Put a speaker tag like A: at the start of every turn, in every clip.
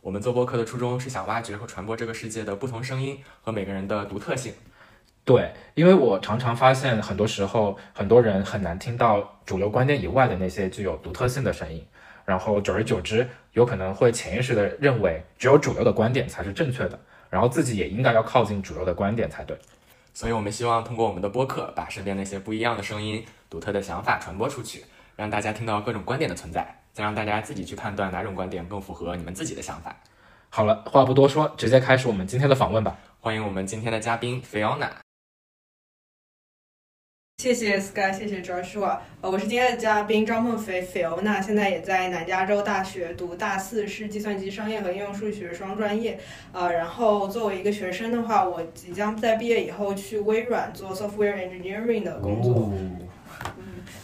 A: 我们做播客的初衷是想挖掘和传播这个世界的不同声音和每个人的独特性。
B: 对，因为我常常发现，很多时候很多人很难听到主流观点以外的那些具有独特性的声音，然后久而久之，有可能会潜意识的认为只有主流的观点才是正确的，然后自己也应该要靠近主流的观点才对。
A: 所以我们希望通过我们的播客，把身边那些不一样的声音、独特的想法传播出去，让大家听到各种观点的存在，再让大家自己去判断哪种观点更符合你们自己的想法。
B: 好了，话不多说，直接开始我们今天的访问吧。
A: 欢迎我们今天的嘉宾菲奥娜。
C: 谢谢 Sky，谢谢 Joshua。呃，我是今天的嘉宾张梦菲菲欧娜，现在也在南加州大学读大四，是计算机商业和应用数学双专业。呃，然后作为一个学生的话，我即将在毕业以后去微软做 software engineering 的工作。嗯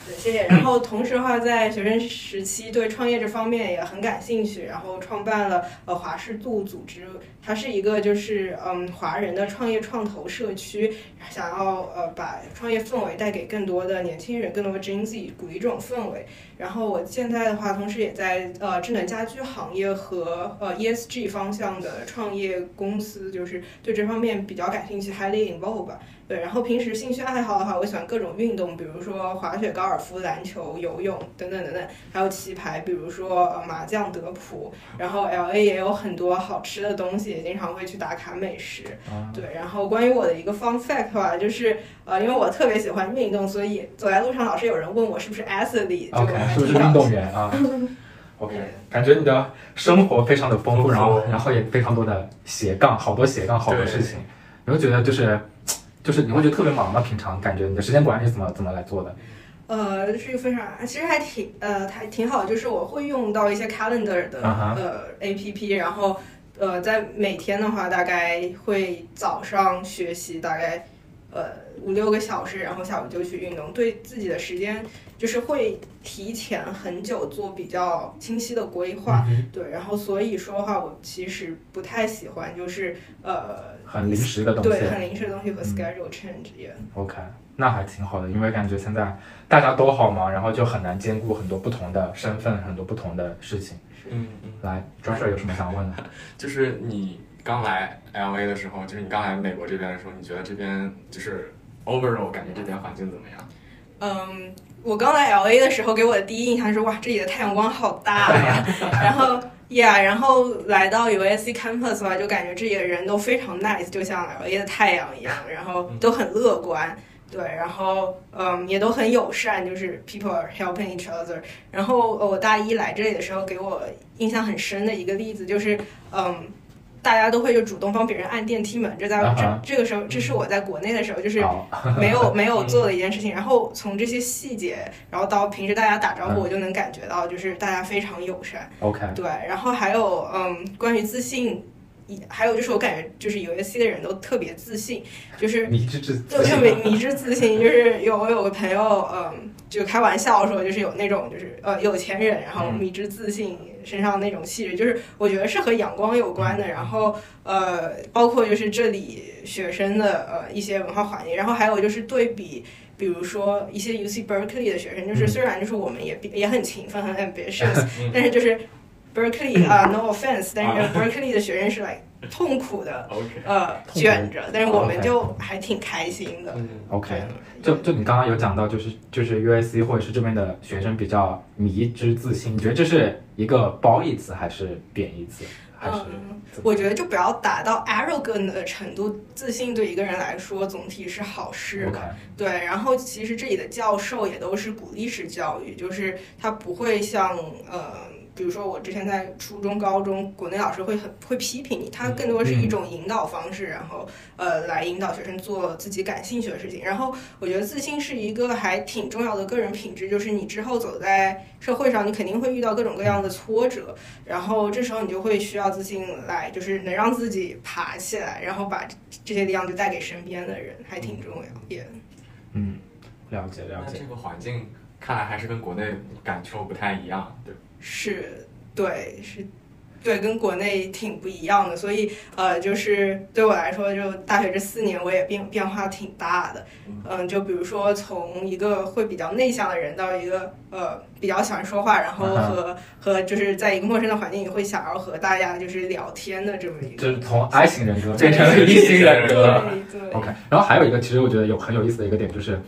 C: 对，谢谢。然后同时的话，在学生时期对创业这方面也很感兴趣，然后创办了呃华氏度组织，它是一个就是嗯华人的创业创投社区，想要呃把创业氛围带给更多的年轻人，更多的 Gen Z，鼓励这种氛围。然后我现在的话，同时也在呃智能家居行业和呃 ESG 方向的创业公司，就是对这方面比较感兴趣，highly involved 吧。对，然后平时兴趣爱好的话，我喜欢各种运动，比如说滑雪、高尔夫、篮球、游泳等等等等，还有棋牌，比如说呃麻将、德扑。然后 L A 也有很多好吃的东西，也经常会去打卡美食。对，然后关于我的一个 fun fact 吧，就是呃，因为我特别喜欢运动，所以走在路上老是有人问我是不是 athlete，就
B: OK，
C: 我还
B: 是不是
C: 挺搞
B: 运动
C: 笑
B: 员啊 ？OK，感觉你的生活非常的丰富，然后然后也非常多的斜杠，好多斜杠，好多事情。你会觉得就是就是你会觉得特别忙吗？平常感觉你的时间管理是怎么怎么来做的？
C: 呃，是一个非常，其实还挺呃，还挺好，就是我会用到一些 calendar 的、
B: 啊哈
C: 呃 A P P，然后呃，在每天的话，大概会早上学习大概呃五六个小时，然后下午就去运动，对自己的时间就是会提前很久做比较清晰的规划，
B: 嗯
C: 对，然后所以说的话，我其实不太喜欢就是呃。
B: 很临时的东西
C: 对，。很临时的东西和
B: 嗯
C: schedule change 也
B: OK，那还挺好的，因为感觉现在大家都好忙，然后就很难兼顾很多不同的身份，很多不同的事情。
A: 嗯嗯，
B: 来，Joshua 有什么想问的？
A: 就是你刚来哎 L A 的时候，就是你刚来美国这边的时候，你觉得这边就是 overall 感觉这边环境怎么样？
C: 嗯，我刚来 LA 的时候，给我的第一印象是哇，这里的太阳光好 大呀。然后，Yeah，然后来到 USC campus 吧，就感觉这里的人都非常 nice，就像 LA 的太阳一样，然后都很乐观。对，然后嗯，也都很友善，就是 people are helping each other。然后呃我大一来这里的时候，给我印象很深的一个例子就是，嗯，大家都会就主动帮别人按电梯门，这在
B: 啊
C: 这
B: 哈
C: 这个时候，这是我在国内的时候，就是
B: 好，
C: 没有没有做的一件事情。然后从这些细节，然后到平时大家打招
B: 嗯
C: 呼，我就能感觉到，就是大家非常友善。
B: OK，
C: 对，然后还有嗯，关于自信，一还有就是我感觉就是 USC 的人都特别自信，就是
B: 你这这
C: 就特别迷之自信，就是有我有个朋友，嗯，就开玩笑说，就是有那种就是呃有钱人，然后
A: 嗯
C: 迷之自信，身上那种气质，就是我觉得是和阳光有关的。然后呃，包括就是这里学生的呃一些文化环境，然后还有就是对比。比如说一些 UC Berkeley 的学生，就是
B: 嗯
C: 虽然就是我们也比也很勤奋、很 ambitious，
A: 嗯
C: 但是就是 Berkeley 啊、n o offense，但是 Berkeley 的学生是来痛苦的
A: OK，
C: 呃
B: 痛苦
C: 卷着，但是我们
B: OK
C: 就还挺开心的。
A: 嗯
B: OK。就就你刚刚有讲到，就是就是 USC 或者是这边的学生比较迷之自信，你觉得这是一个褒义词还是贬义词？还是
C: 嗯
B: 怎么、
C: 我觉得就不要达到 arrogant 的程度，自信对一个人来说总体是好事。
B: OK
C: 对，然后其实这里的教授也都是鼓励式教育，就是他不会像呃，比如说我之前在初中、高中，国内老师会很会批评你，他更多是一种引导方式，然后呃来引导学生做自己感兴趣的事情。然后我觉得自信是一个还挺重要的个人品质，就是你之后走在社会上，你肯定会遇到各种各样的挫折，然后这时候你就会需要自信来，就是能让自己爬起来，然后把这些力量就带给身边的人，还挺重要，也、
B: 嗯，了解了
A: 那
B: 解。
A: 这个环境看来还是跟国内感受不太一样，对吧？
C: 是，对，是，对，跟国内挺不一样的，所以呃，就是对我来说，就大学这四年，我也变变化挺大的。嗯，就比如说从一个会比较内向的人，到一个呃比较喜欢说话，然后
B: 啊哈
C: 和和就是在一个陌生的环境里会想要和大家就是聊天的这么一个。
B: 就是从 I 型人格变成了 E 型人格。
C: 对对
B: OK，然后还有一个，其实我觉得有很有意思的一个点就是，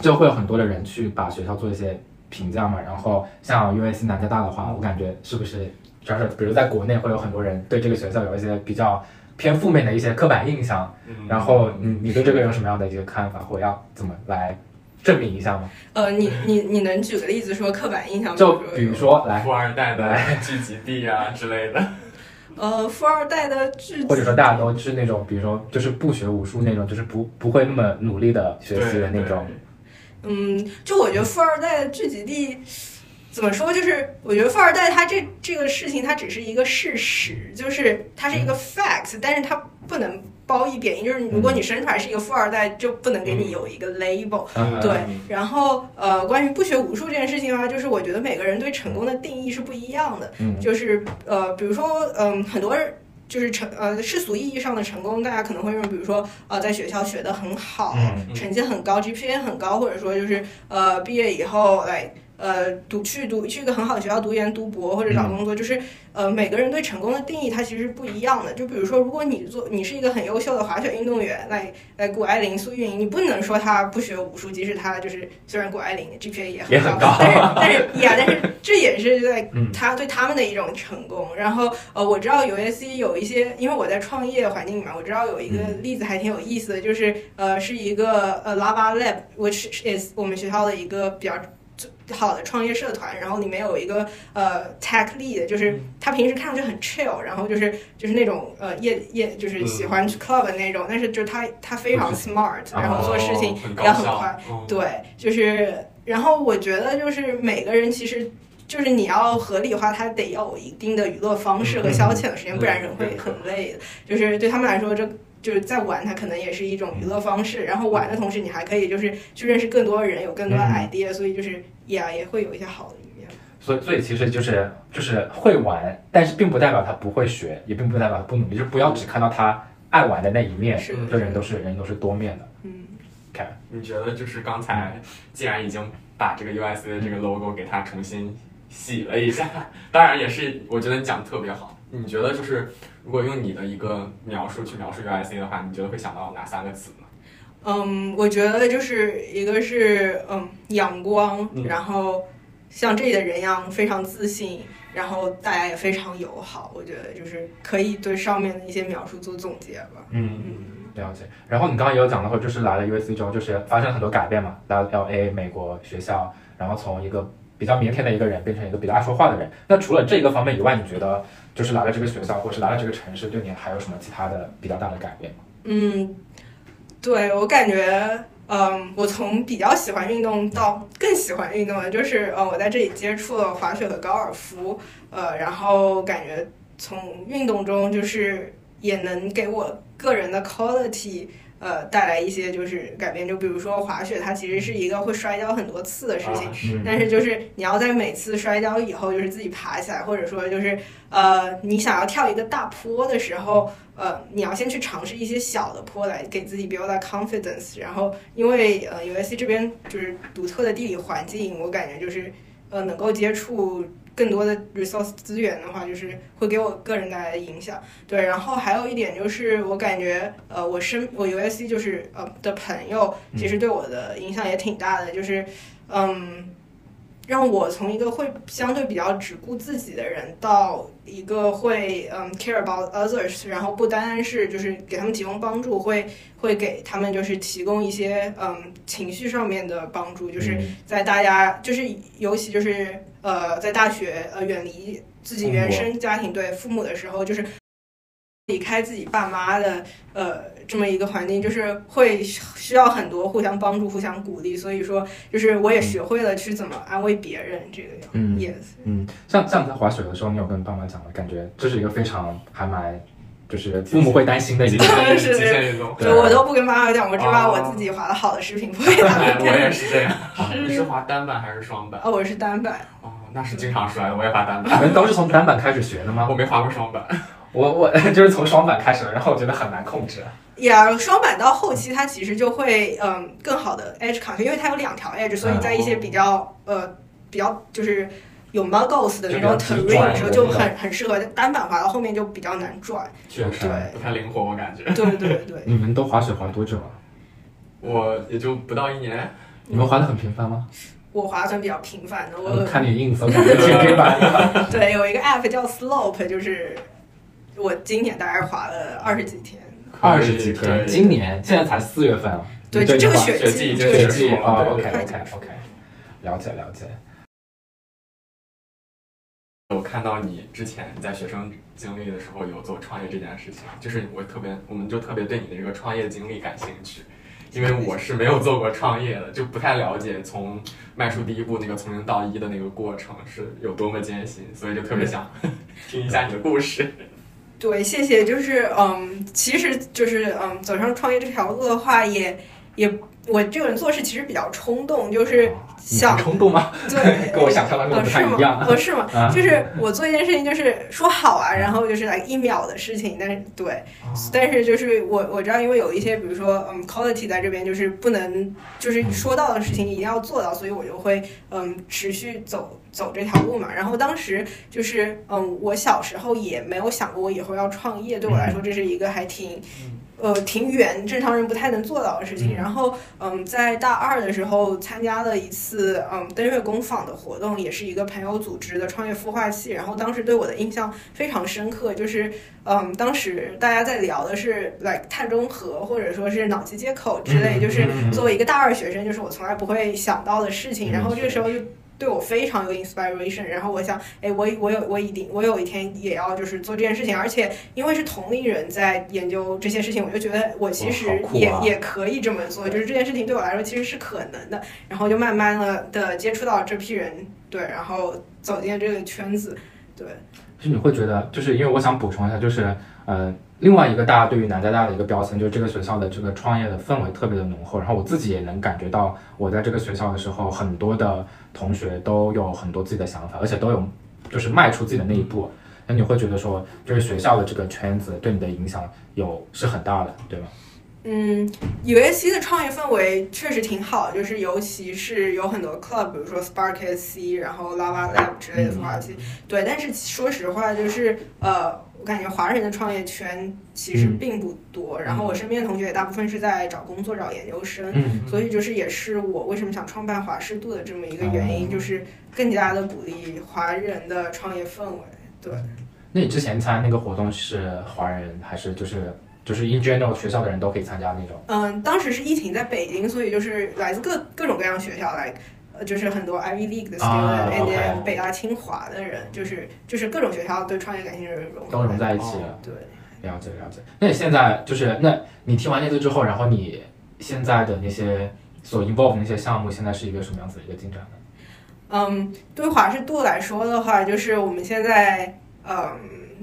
B: 就会有很多的人去把学校做一些评价嘛。然后像 USC 南加大的话，我感觉是不是，主要是比如在国内会有很多人对这个学校有一些比较偏负面的一些刻板印象。
A: 嗯
B: 然后你你对这个有什么样的一个看法，或要怎么来证明一下吗？
C: 呃，你你你能举个例子说刻板印象吗？
B: 就比如说来，
A: 富二代的聚集地啊之类的，
C: 呃，富二代的聚集
B: 或者说大家都是那种，比如说就是不学无术那种，就是不不会那么努力的学习的那种。
C: 嗯，就我觉得富二代的聚集地怎么说，就是我觉得富二代他这这个事情，它只是一个事实，就是它是一个 fact，、但是它不能褒义贬义，就是如果你生出来是一个富二代，就不能给你有一个 label。
B: 嗯，
C: 对
A: 嗯，
C: 然后呃，关于不学无术这件事情的话，就是我觉得每个人对成功的定义是不一样的。
B: 嗯
C: 就是呃，比如说嗯、很多人就是成呃世俗意义上的成功，大家可能会认为，比如说呃，在学校学得很好，
B: 嗯
A: 嗯
C: 成绩很高，GPA 很高，或者说就是呃毕业以后来。呃，读去读去一个很好的学校读研读博或者找
B: 嗯
C: 工作，就是呃，每个人对成功的定义它其实不一样的。就比如说，如果你做你是一个很优秀的滑雪运动员，来来呃谷爱凌、苏运莹，你不能说她不学武术，即使她就是虽然谷爱凌 GPA 也
B: 也
C: 很
B: 很
C: 但是但是呀，但是这也是在
B: 嗯
C: 他对他们的一种成功。然后呃，我知道 USC 有一些，因为我在创业环境里面，我知道有一个
B: 嗯
C: 例子还挺有意思的，就是呃是一个呃 Lava Lab，which is 我们学校的一个比较。好的创业社团，然后里面有一个呃 tech lead，就是
B: 嗯
C: 他平时看上去很 chill，然后就是就是那种呃夜夜就是喜欢去 club 的那种，但是就是他他非常
B: 嗯
C: smart，
B: 哦
C: 然后做事情
A: 哦
C: 也很快，，
A: 高效嗯
C: 对，就是，然后我觉得就是每个人其实就是你要合理化，他得要有一定的娱乐方式和消遣的时间，
A: 嗯
C: 不然人会很累的。就是对他们来说，这就是在玩，它可能也是一种娱乐方式。然后玩的同时，你还可以就是去认识更多人，有更多的
B: 嗯
C: idea，、所以就是也也会有一些好的一面。
B: 所以所以其实就是就是会玩，但是并不代表他不会学，也并不代表他不努力，就是不要只看到他爱玩的那一面。
C: 是
A: 嗯
B: 就人都是人都是多面的。
C: 嗯，
B: 看，
A: 你觉得就是刚才既然已经把这个 US 的这
B: 嗯
A: 个 logo 给它重新洗了一下，当然也是我觉得你讲的特别好。你觉得就是如果用你的一个描述去描述 USA 的话，你觉得会想到哪三个词呢？
C: 嗯，我觉得就是一个是嗯阳光，
A: 嗯
C: 然后像这里的人一样非常自信，然后大家也非常友好。我觉得就是可以对上面的一些描述做总结吧。
B: 嗯
C: 嗯，
B: 了解。然后你刚刚也有讲到过，就是来了 USC 之后，就是发生了很多改变嘛，来了 LA 美国学校，然后从一个比较腼腆的一个人变成一个比较爱说话的人。那除了这个方面以外，你觉得就是来了这个学校，或是来了这个城市，对你还有什么其他的比较大的改变吗？
C: 嗯，对我感觉。嗯，我从比较喜欢运动到更喜欢运动的，就是呃，我在这里接触了滑雪和高尔夫，呃，然后感觉从运动中就是也能给我个人的 quality 呃带来一些就是改变，就比如说滑雪，它其实是一个会摔跤很多次的事情，
A: 啊
B: 嗯
C: 但是就是你要在每次摔跤以后，就是自己爬起来，或者说就是呃，你想要跳一个大坡的时候，呃，你要先去尝试一些小的坡来给自己 build up confidence。然后因为呃 USC 这边就是独特的地理环境，我感觉就是呃能够接触。更多的 resource 资源的话，就是会给我个人带来的影响。对，然后还有一点就是，我感觉呃，我身我 USC 就是呃的朋友，其实对我的影响也挺大的，就是嗯，让我从一个会相对比较只顾自己的人，到一个会嗯 care about others，然后不单单是就是给他们提供帮助，会会给他们就是提供一些嗯情绪上面的帮助，就是
B: 嗯
C: 在大家就是尤其就是呃在大学呃远离自己原生家庭对父母的时候，就是离开自己爸妈的呃这么一个环境，就是会需要很多互相帮助、互相鼓励。所以说，就是我也学会了去怎么安慰别人这个样。
B: 嗯
C: yes，
B: 嗯，像像你在滑雪的时候，你有跟爸妈讲吗？感觉这是一个非常还蛮就是父母会担心的一
A: 极
B: 个。
A: 限运
C: 是
A: 极限运动，
B: 对
C: 就我都不跟妈妈讲，我只把我自己滑的好的视频不给他
A: 哎
C: 们
A: 我也
C: 看。
A: 是这样。你是滑单板还是双板？
C: 哦，我是单板，
A: 哦，那是经常摔的，我也滑单板，
B: 你们都是从单板开始学的吗？
A: 我没滑过双板。
B: 我我 就是从双板开始的，然后我觉得很难控制。
C: 呀，双板到后期它其实就会嗯更好的 edge control，因为它有两
B: 嗯
C: 条 edge，所以在一些
B: 哦
C: 比较呃比较就是有 mud goals 的那种
B: 就比较
C: terrain 的时候，就
B: 直转
C: 很很适合单板滑到后面就比较难 转。
A: 确实
C: 对
A: 不太灵活，我感觉。
C: 对对对，
B: 你们都滑雪滑多久了？
A: 我也就不到一年，
B: 你们滑的很频繁吗？
C: 我滑算比较频繁的，我
B: 我看你 ins 感觉挺频繁的。
C: 对有一个 app 叫 Slope，就是我今年大概滑了二十几天。
B: 二十几天，
A: 对
B: 今年现在才四月份啊。
C: 对
B: 你
C: 这个
B: 滑
C: 雪
A: 雪季已经
C: 这
B: 雪
C: 个
A: 结
B: 季
A: 束
B: 啊
A: 了。对
B: OK
A: 对
B: OK OK，了解了解。
A: 我看到你之前在学生经历的时候有做创业这件事情，就是我特别，我们就特别对你的这个创业经历感兴趣，因为我是没有做过创业的，就不太了解从迈出第一步那个从零到一的那个过程是有多么艰辛，所以就特别想 听一下你的故事。
C: 对，谢谢。就是嗯，其实就是嗯，走上创业这条路的话，也也我这个人做事其实比较冲动，就是
B: 啊你很
C: 想
B: 冲动吗？。
C: 对
B: 跟我想象当中
C: 哦，
B: 不
C: 是
B: 太
C: 吗
B: 一？样。
C: 哦，是吗？
B: 啊嗯
C: 就是我做一件事情，就是说好啊，然后就是来一秒的事情，但是对，
B: 哦
C: 但是就是我我知道，因为有一些比如说嗯，quality 在这边就是不能，就是说到的事情一定要做到，所以我就会嗯持续走走这条路嘛。然后当时就是嗯，我小时候也没有想过我以后要创业，对我
B: 嗯
C: 来说这是一个还挺。呃，挺远，正常人不太能做到的事情。
B: 嗯
C: 然后，嗯，在大二的时候参加了一次嗯登月工坊的活动，也是一个朋友组织的创业孵化器。然后当时对我的印象非常深刻，就是嗯，当时大家在聊的是 like 碳中和或者说是脑机接口之类，就是
B: 嗯嗯嗯
C: 作为一个大二学生，就是我从来不会想到的事情。
B: 嗯
C: 然后这个时候就对我非常有 inspiration。然后我想，哎，我我有我一定我有一天也要就是做这件事情，而且因为是同龄人在研究这些事情，我就觉得我其实
B: 哇好酷
C: 也、
B: 啊
C: 也可以这么做，就是这件事情对我来说其实是可能的。然后就慢慢的的接触到这批人，对，然后走进了这个圈子，对。
B: 就是你会觉得，就是因为我想补充一下，就是呃，另外一个大家对于南加大的一个标签，就是这个学校的这个创业的氛围特别的浓厚。然后我自己也能感觉到，我在这个学校的时候，很多的同学都有很多自己的想法，而且都有就是迈出自己的那一步。那你会觉得说，就是学校的这个圈子对你的影响有是很大的，对吗？
C: 嗯，UAC 的创业氛围确实挺好，就是尤其是有很多 club，比如说 Spark SC，然后 Lava Lab 之
B: 嗯
C: 类的孵化器。对，但是说实话，就是呃，我感觉华人的创业圈其实
B: 嗯
C: 并不多。然后我身边的同学也大部分是在找工作、找研究生，
B: 嗯，
C: 所以就是也是我为什么想创办华氏度的这么一个原因，
B: 哦
C: 就是更加的鼓励华人的创业氛围。对。
B: 那你之前参加那个活动是华人还是就是就是 in general 学校的人都可以参加那种？
C: 嗯，当时是疫情在北京，所以就是来自各各种各样学校来。呃，就是很多 Ivy League 的 student，and、
B: 啊
C: then
B: OK
C: 北大、清华的人，就是就是各种学校对创业感兴趣的人融合
B: 都融在一起了。
C: 对，
B: 了解了解。那你现在就是，那你听完那次之后，然后你现在的那些所 involve 的那些项目，现在是一个什么样子的一个进展呢？
C: 嗯，对华氏度来说的话，就是我们现在，嗯，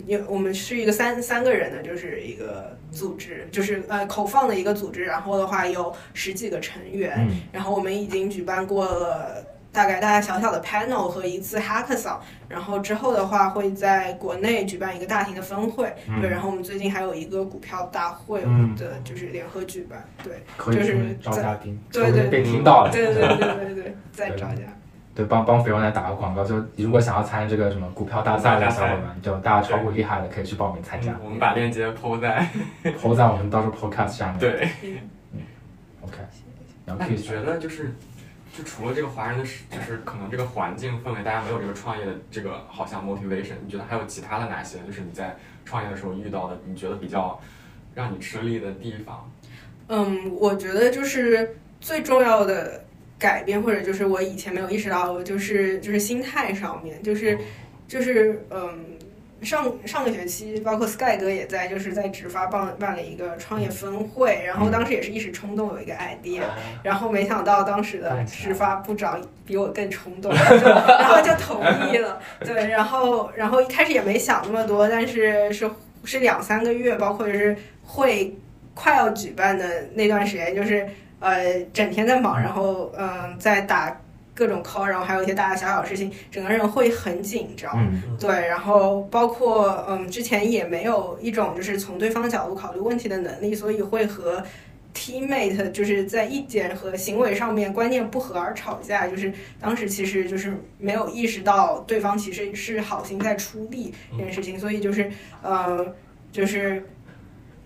C: 有我们是一个三三个人的，就是一个组织，就是呃口放的一个组织，然后的话有十几个成员，
B: 嗯，
C: 然后我们已经举办过了大概大大小小的 panel 和一次 hackathon，然后之后的话会在国内举办一个大型的峰会，对，然后我们最近还有一个股票大会
B: 嗯
C: 的，就是联合举办，对，
B: 可以
C: 就是
B: 说明招嘉宾，
C: 对
B: 说明
C: 对
B: 被听到了。
C: 对对对对对对，再找一下。
B: 对，帮帮肥肉奶打个广告，就如果想要参与这个什么股票大赛的小伙伴，就大家炒股厉害的可以去报名参加
A: 嗯，我们把链接抛在
B: 投在我们到时候 podcast 上面。
A: 对。
B: ，OK，然后
A: 那
B: 可以
A: 你觉得就是，就除了这个华人的是，就是可能这个环境氛围，大家没有这个创业的这个好像 motivation，你觉得还有其他的哪些？就是你在创业的时候遇到的，你觉得比较让你吃力的地方？
C: 嗯，我觉得就是最重要的改变，或者就是我以前没有意识到的，就是就是心态上面，就是就是嗯。上上个学期，包括 Sky 哥也在，就是在直发办办了一个创业峰会，然后当时也是一时冲动有一个 idea，然后没想到当时的直发部长比我更冲动，就然后就同意了。对，然后然后一开始也没想那么多，但是是是两三个月，包括就是会快要举办的那段时间，就是呃整天在忙，然后嗯、在打各种 call，然后还有一些大大小小的事情，整个人会很紧张。
B: 嗯
C: 对，然后包括嗯，之前也没有一种就是从对方角度考虑问题的能力，所以会和 teammate 就是在意见和行为上面观念不合而吵架。就是当时其实就是没有意识到对方其实是好心在出力这件事情，所以就是呃，就是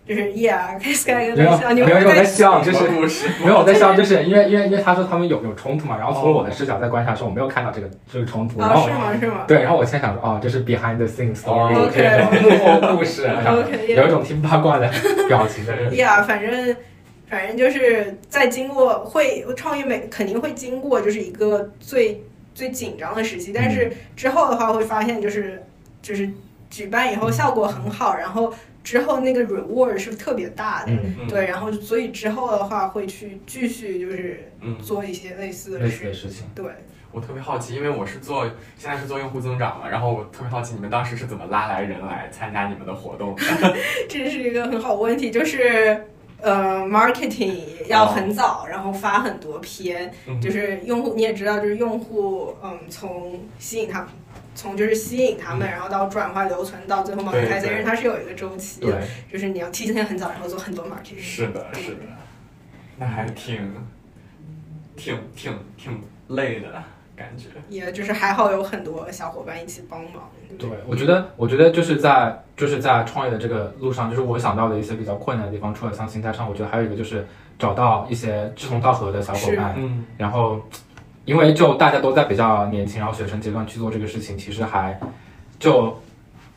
C: 就是 yeah，开始跟
B: 没有
C: 笑，你
B: 没有
C: 们
B: 我在
C: 在
B: 笑，就
A: 什
B: 是
A: 么故事，
B: 没有我在笑，就是因为因为因为他说他们有有冲突嘛，然后从我的视角在观察的时候，我没有看到这个这个冲突，然
C: 啊，
B: 后
C: 是吗？是吗
B: 对，然后我现在想说，哦，这是 behind the scenes story，、
A: 哦
C: ，OK 哦
B: 幕后故事，然后
C: ？OK，yeah
B: 有一种听八卦的表情在这里。
C: 哎呀，反正反正就是在经过会创业每肯定会经过就是一个最最紧张的时期，但是之后的话会发现就是就是举办以后效果很好，然后之后那个 reward 是特别大的。
B: 嗯，
A: 嗯，
C: 对，然后所以之后的话会去继续就是
A: 嗯，
C: 做一些类似的
B: 类似的
C: 事，
B: 事情，
C: 对，
A: 我特别好奇，因为我是做现在是做用户增长嘛，然后我特别好奇你们当时是怎么拉来人来参加你们的活动的？
C: 这是一个很好的问题，就是呃，marketing 要很早，然后发很多篇，
A: 嗯
C: 就是用户你也知道，就是用户嗯，从吸引他们，从就是吸引他们，然后到转化留存，到最后 monetization，
A: 嗯对
C: 它是有一个周期
B: 对
C: 的，，就是你要提前很早，然后做很多 marketing。
A: 是的，是的，那还挺挺挺挺累的感觉。
C: 也就是还好有很多小伙伴一起帮忙，对不
B: 对
C: 对，
B: 我觉得，我觉得就是在就是在创业的这个路上，就是我想到的一些比较困难的地方，除了像心态上，我觉得还有一个就是找到一些志同道合的小伙
C: 是
B: 伴，
A: 嗯，
B: 然后因为就大家都在比较年轻，然后学生阶段去做这个事情，其实还就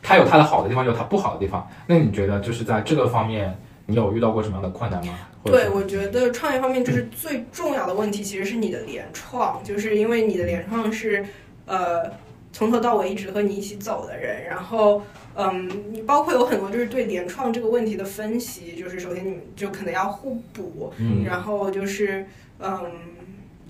B: 它有它的好的地方，有它不好的地方。那你觉得就是在这个方面，你有遇到过什么样的困难吗？或者
C: 对，
B: 是
C: 我觉得创业方面就是最重要的问题，其实是你的联创，就是因为你的联创是，呃，从头到尾一直和你一起走的人，然后，嗯，你包括有很多就是对联创这个问题的分析，就是首先你们就可能要互补，
B: 嗯
C: 然后就是，嗯，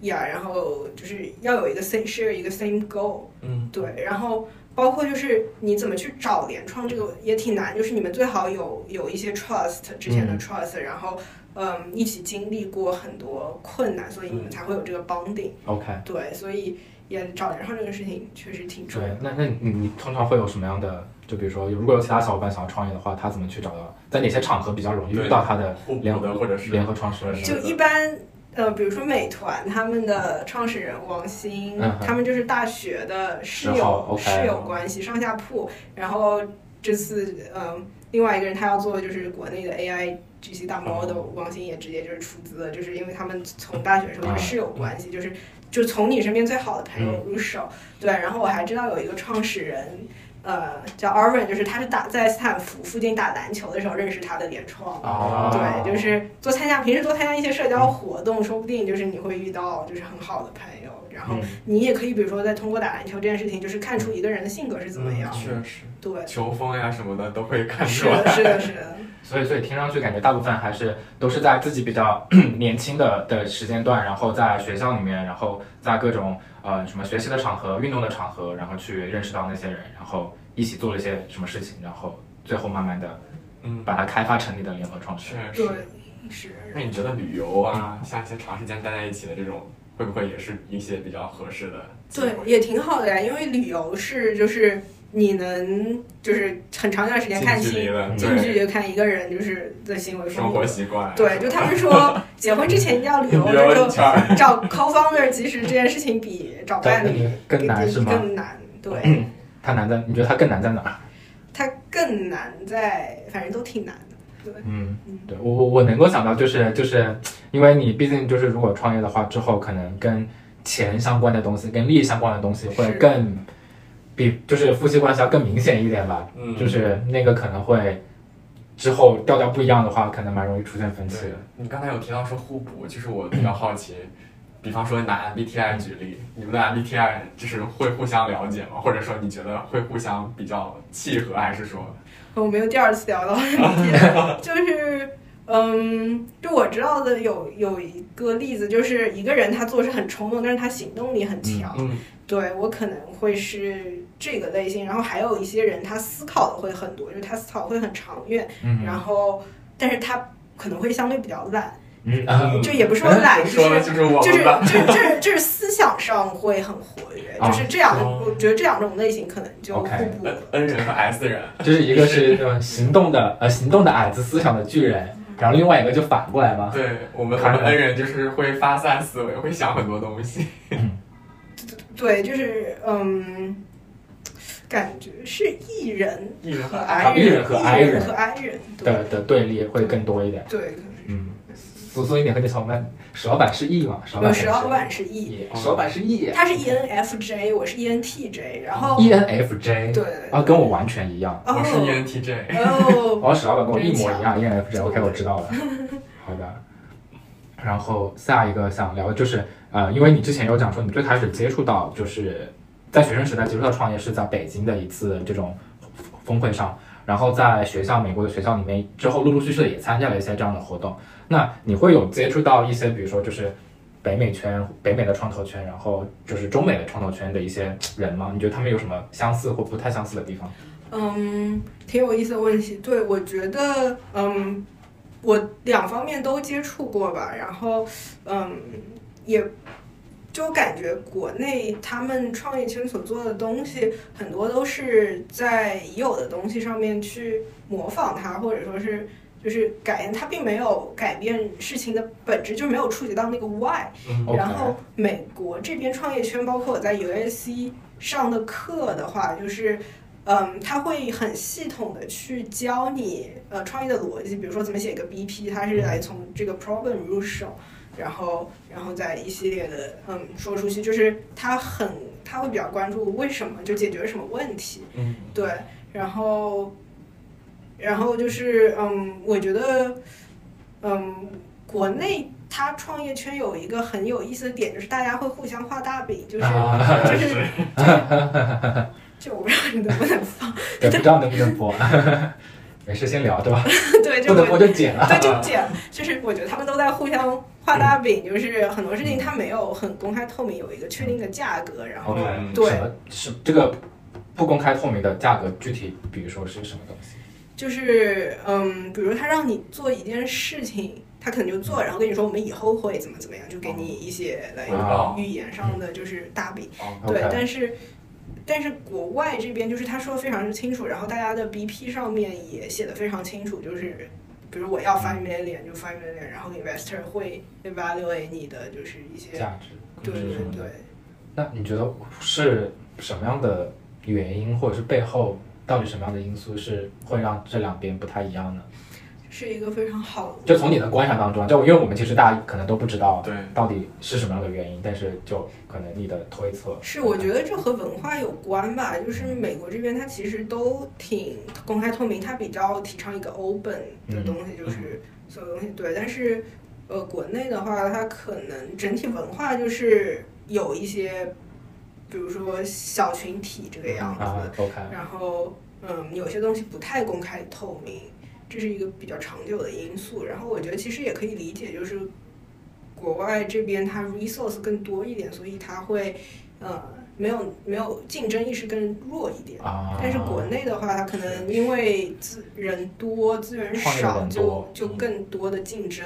C: 呀，然后就是要有一个 same share 一个 same goal，
A: 嗯
C: 对，然后包括就是你怎么去找联创，这个也挺难。就是你们最好有有一些 trust 之前的 trust，、然后嗯一起经历过很多困难，所以你们才会有这个 bonding、
B: OK，
C: 对，所以也找联创这个事情确实挺重
B: 对
C: 要。，
B: 那那你你通常会有什么样的？就比如说，如果有其他小伙伴想要创业的话，他怎么去找到？在哪些场合比较容易遇到他的
A: 互补
B: 联
A: 的或者是
B: 联合创始人呢？
C: 就一般呃，比如说美团他们的创始人王兴，
B: 嗯哼
C: 他们就是大学的室
B: 然
C: 友、
B: 后，OK
C: 室友关系，上下铺。然后这次嗯、另外一个人他要做的就是国内的 AI。GC
B: 嗯
C: 大 model 王兴也直接就是出资了，就是因为他们从大学的时候
B: 啊
C: 就是室友关系，就是就从你身边最好的朋友入手。对，然后我还知道有一个创始人，呃，叫 Arvin，就是他是打在斯坦福附近打篮球的时候认识他的联创。
B: 啊，
C: 对，
A: 哦
C: 就是多参加平时多参加一些社交活动，说不定就是你会遇到就是很好的朋友。然后
B: 嗯
C: 你也可以，比如说再通过打篮球这件事情，就是看出一个人的性格是怎么样。
A: 嗯确实，
C: 对，
A: 球风呀什么的都会看
C: 是
A: 出来。
C: 的，是的，是的，
B: 所以所以听上去感觉大部分还是都是在自己比较 年轻的的时间段，然后在学校里面，然后在各种呃什么学习的场合、运动的场合，然后去认识到那些人，然后一起做了一些什么事情，然后最后慢慢的
A: 嗯，
B: 把它开发成你的联合创始人。
A: 确
C: 对
A: 实。，
C: 是。
A: 那你觉得旅游啊，像一些长时间待在一起的这种，会不会也是一些比较合适的机
C: 对
A: 会？，
C: 也挺好的呀，因为旅游是就是你能就是很长一段时间看
A: 近距离
C: 清，
A: 的，
C: 近距离
A: 对，
C: 地看一个人就是的行为
A: 生
C: 风
A: 活
C: 格。
A: 习惯。啊
C: 对，就他们说结婚之前一定要旅游，
A: 旅
C: 就
A: 游一
C: 是
A: 圈儿，
C: 说找 co-founder，其实这件事情比找伴侣
B: 更难是吗？嗯
C: 更难，对。
B: 它难在你觉得它更难在哪儿？
C: 它更难在，反正都挺难的。对，
B: 嗯
C: 嗯，
B: 对我我我能够想到就是就是，因为你毕竟就是如果创业的话，之后可能跟钱相关的东西、跟利益相关的东西会
C: 是
B: 更比就是夫妻关系要更明显一点吧，
A: 嗯，
B: 就是那个可能会之后调调不一样的话，可能蛮容易出现分歧
A: 对
B: 的。，
A: 你刚才有提到说互补，就是我比较好奇， 比方说拿 MBTI 举例，你们的 MBTI 就是会互相了解吗？或者说你觉得会互相比较契合，还是说，
C: 我们又第二次聊 到 MBTI，就是。嗯，就我知道的有有一个例子，就是一个人他做事很冲动，但是他行动力很强。
A: 嗯
C: 对我可能会是这个类型，然后还有一些人他思考的会很多，就是他思考会很长远，
B: 嗯，
C: 然后但是他可能会相对比较懒。
A: 嗯，
C: 就也不是 说懒，哎就
A: 说的
C: 是
A: 就是我
C: 就是
A: 们吧。
C: 就是就是就是思想上会很活跃，
D: 啊
C: 就是这样
A: 哦，
C: 我觉得这两种类型可能就互
D: OK，
C: 补
A: N
C: 了。
A: N 人和 S 人，
B: 就是一个是呃行动的呃行动的矮子，思想的巨人，然后另外一个就反过来嘛。
A: 对我们我
D: 看
A: 们
D: 着
A: N 人就是会发散思维，会想很多东西。
C: 对，就是嗯，感觉是 E 人
A: 啊艺人
C: 和
A: 和
C: I
B: I 人和 I
C: 人
B: 人
C: 和 I 人，对
B: 的的对立会更多一点，
C: 对，
B: 嗯，所所以你和你小伙伴，史老板是 E 嘛？史老
C: 有
B: 板
C: 石老板是 E，
B: E，史老
D: 嗯
B: 板是 E，
C: 他是 ENFJ，我是 E ENTJ，然后
D: E
B: ENFJ，
C: 对，对
D: 啊，跟我完全一样。
A: 我是 E
C: 哦
A: ENTJ，
C: 哦，
B: 哦，史老板跟我一模一样，ENFJ，OK，、我知道了。 好的。然后下一个想聊的就是，呃，因为你之前有讲说你最开始接触到就是在学生时代接触到创业是在北京的一次这种峰会上，然后在学校美国的学校里面之后陆陆续续的也参加了一些这样的活动。那你会有接触到一些，比如说就是北美圈、北美的创投圈，然后就是中美的创投圈的一些人吗？你觉得他们有什么相似或不太相似的地方？
C: 嗯，挺有意思的问题。对，我觉得，嗯，我两方面都接触过吧，然后，嗯，也就感觉国内他们创业圈所做的东西，很多都是在已有的东西上面去模仿它，或者说是。就是改变，它并没有改变事情的本质，就是没有触及到那个 why。
A: 嗯
B: OK
C: 然后美国这边创业圈，包括我在 USC 上的课的话，就是。嗯，他会很系统的去教你呃创业的逻辑，比如说怎么写一个 BP，它是来从这个 problem 入手，然后然后再一系列的嗯说出去，就是他很他会比较关注为什么，就解决什么问题，
A: 嗯，
C: 对，然后，然后就是，嗯，我觉得，嗯，国内它创业圈有一个很有意思的点，就是大家会互相画大饼，就是、
B: 啊
C: 就是 就我不知道你能 不能放，
B: 对，不知道能不能播， 没事先聊对吧？
C: 对，就
B: 不
C: 我
B: 能啊播就剪了。
C: 对，就这样，就是我觉得他们都在互相画大饼，就是很多事
B: 嗯
C: 情它没有很公开透明，有一个确定的价格，然后
B: OK，嗯
C: 对
B: 什么是这个不公开透明的价格？具体比如说是什么东西？
C: 就是嗯，比如他让你做一件事情，他可能就做，然后跟你说我们以后会怎么怎么样，就给你一些来
A: 回报
C: 语言上的就是大饼。
A: 哦
C: 对
B: 哦嗯 OK，
C: 但是但是国外这边就是他说的非常清楚，然后大家的 BP 上面也写的非常清楚，就是。比如我要
B: 嗯
C: five million 就 five million，然后 investor 会 evaluate 你的就是一些
B: 价值。
C: 对对
B: 什么的
C: 对，
B: 那你觉得是什么样的原因，或者是背后到底什么样的因素是会让这两边不太一样呢？
C: 是一个非常好的
B: 就从你的观察当中，啊就因为我们其实大家可能都不知道
A: 对
B: 到底是什么样的原因，但是就可能你的推测
C: 是，我觉得这和文化有关吧。就是美国这边，它其实都挺公开透明，它比较提倡一个 open 的东西，就是所有东西对。但是，呃，国内的话，它可能整体文化就是有一些，比如说小群体这个样子
B: 啊
C: 的，
B: ，OK，
C: 然后嗯，有些东西不太公开透明，这是一个比较长久的因素。然后我觉得其实也可以理解，就是国外这边它 resource 更多一点，所以它会呃没有没有竞争意识更弱一点。
B: 啊，
C: 但是国内的话，它可能因为资人多、资源
B: 创业
C: 少，
B: 人
C: 就
B: 多
C: 就
B: 嗯
C: 更多的竞争，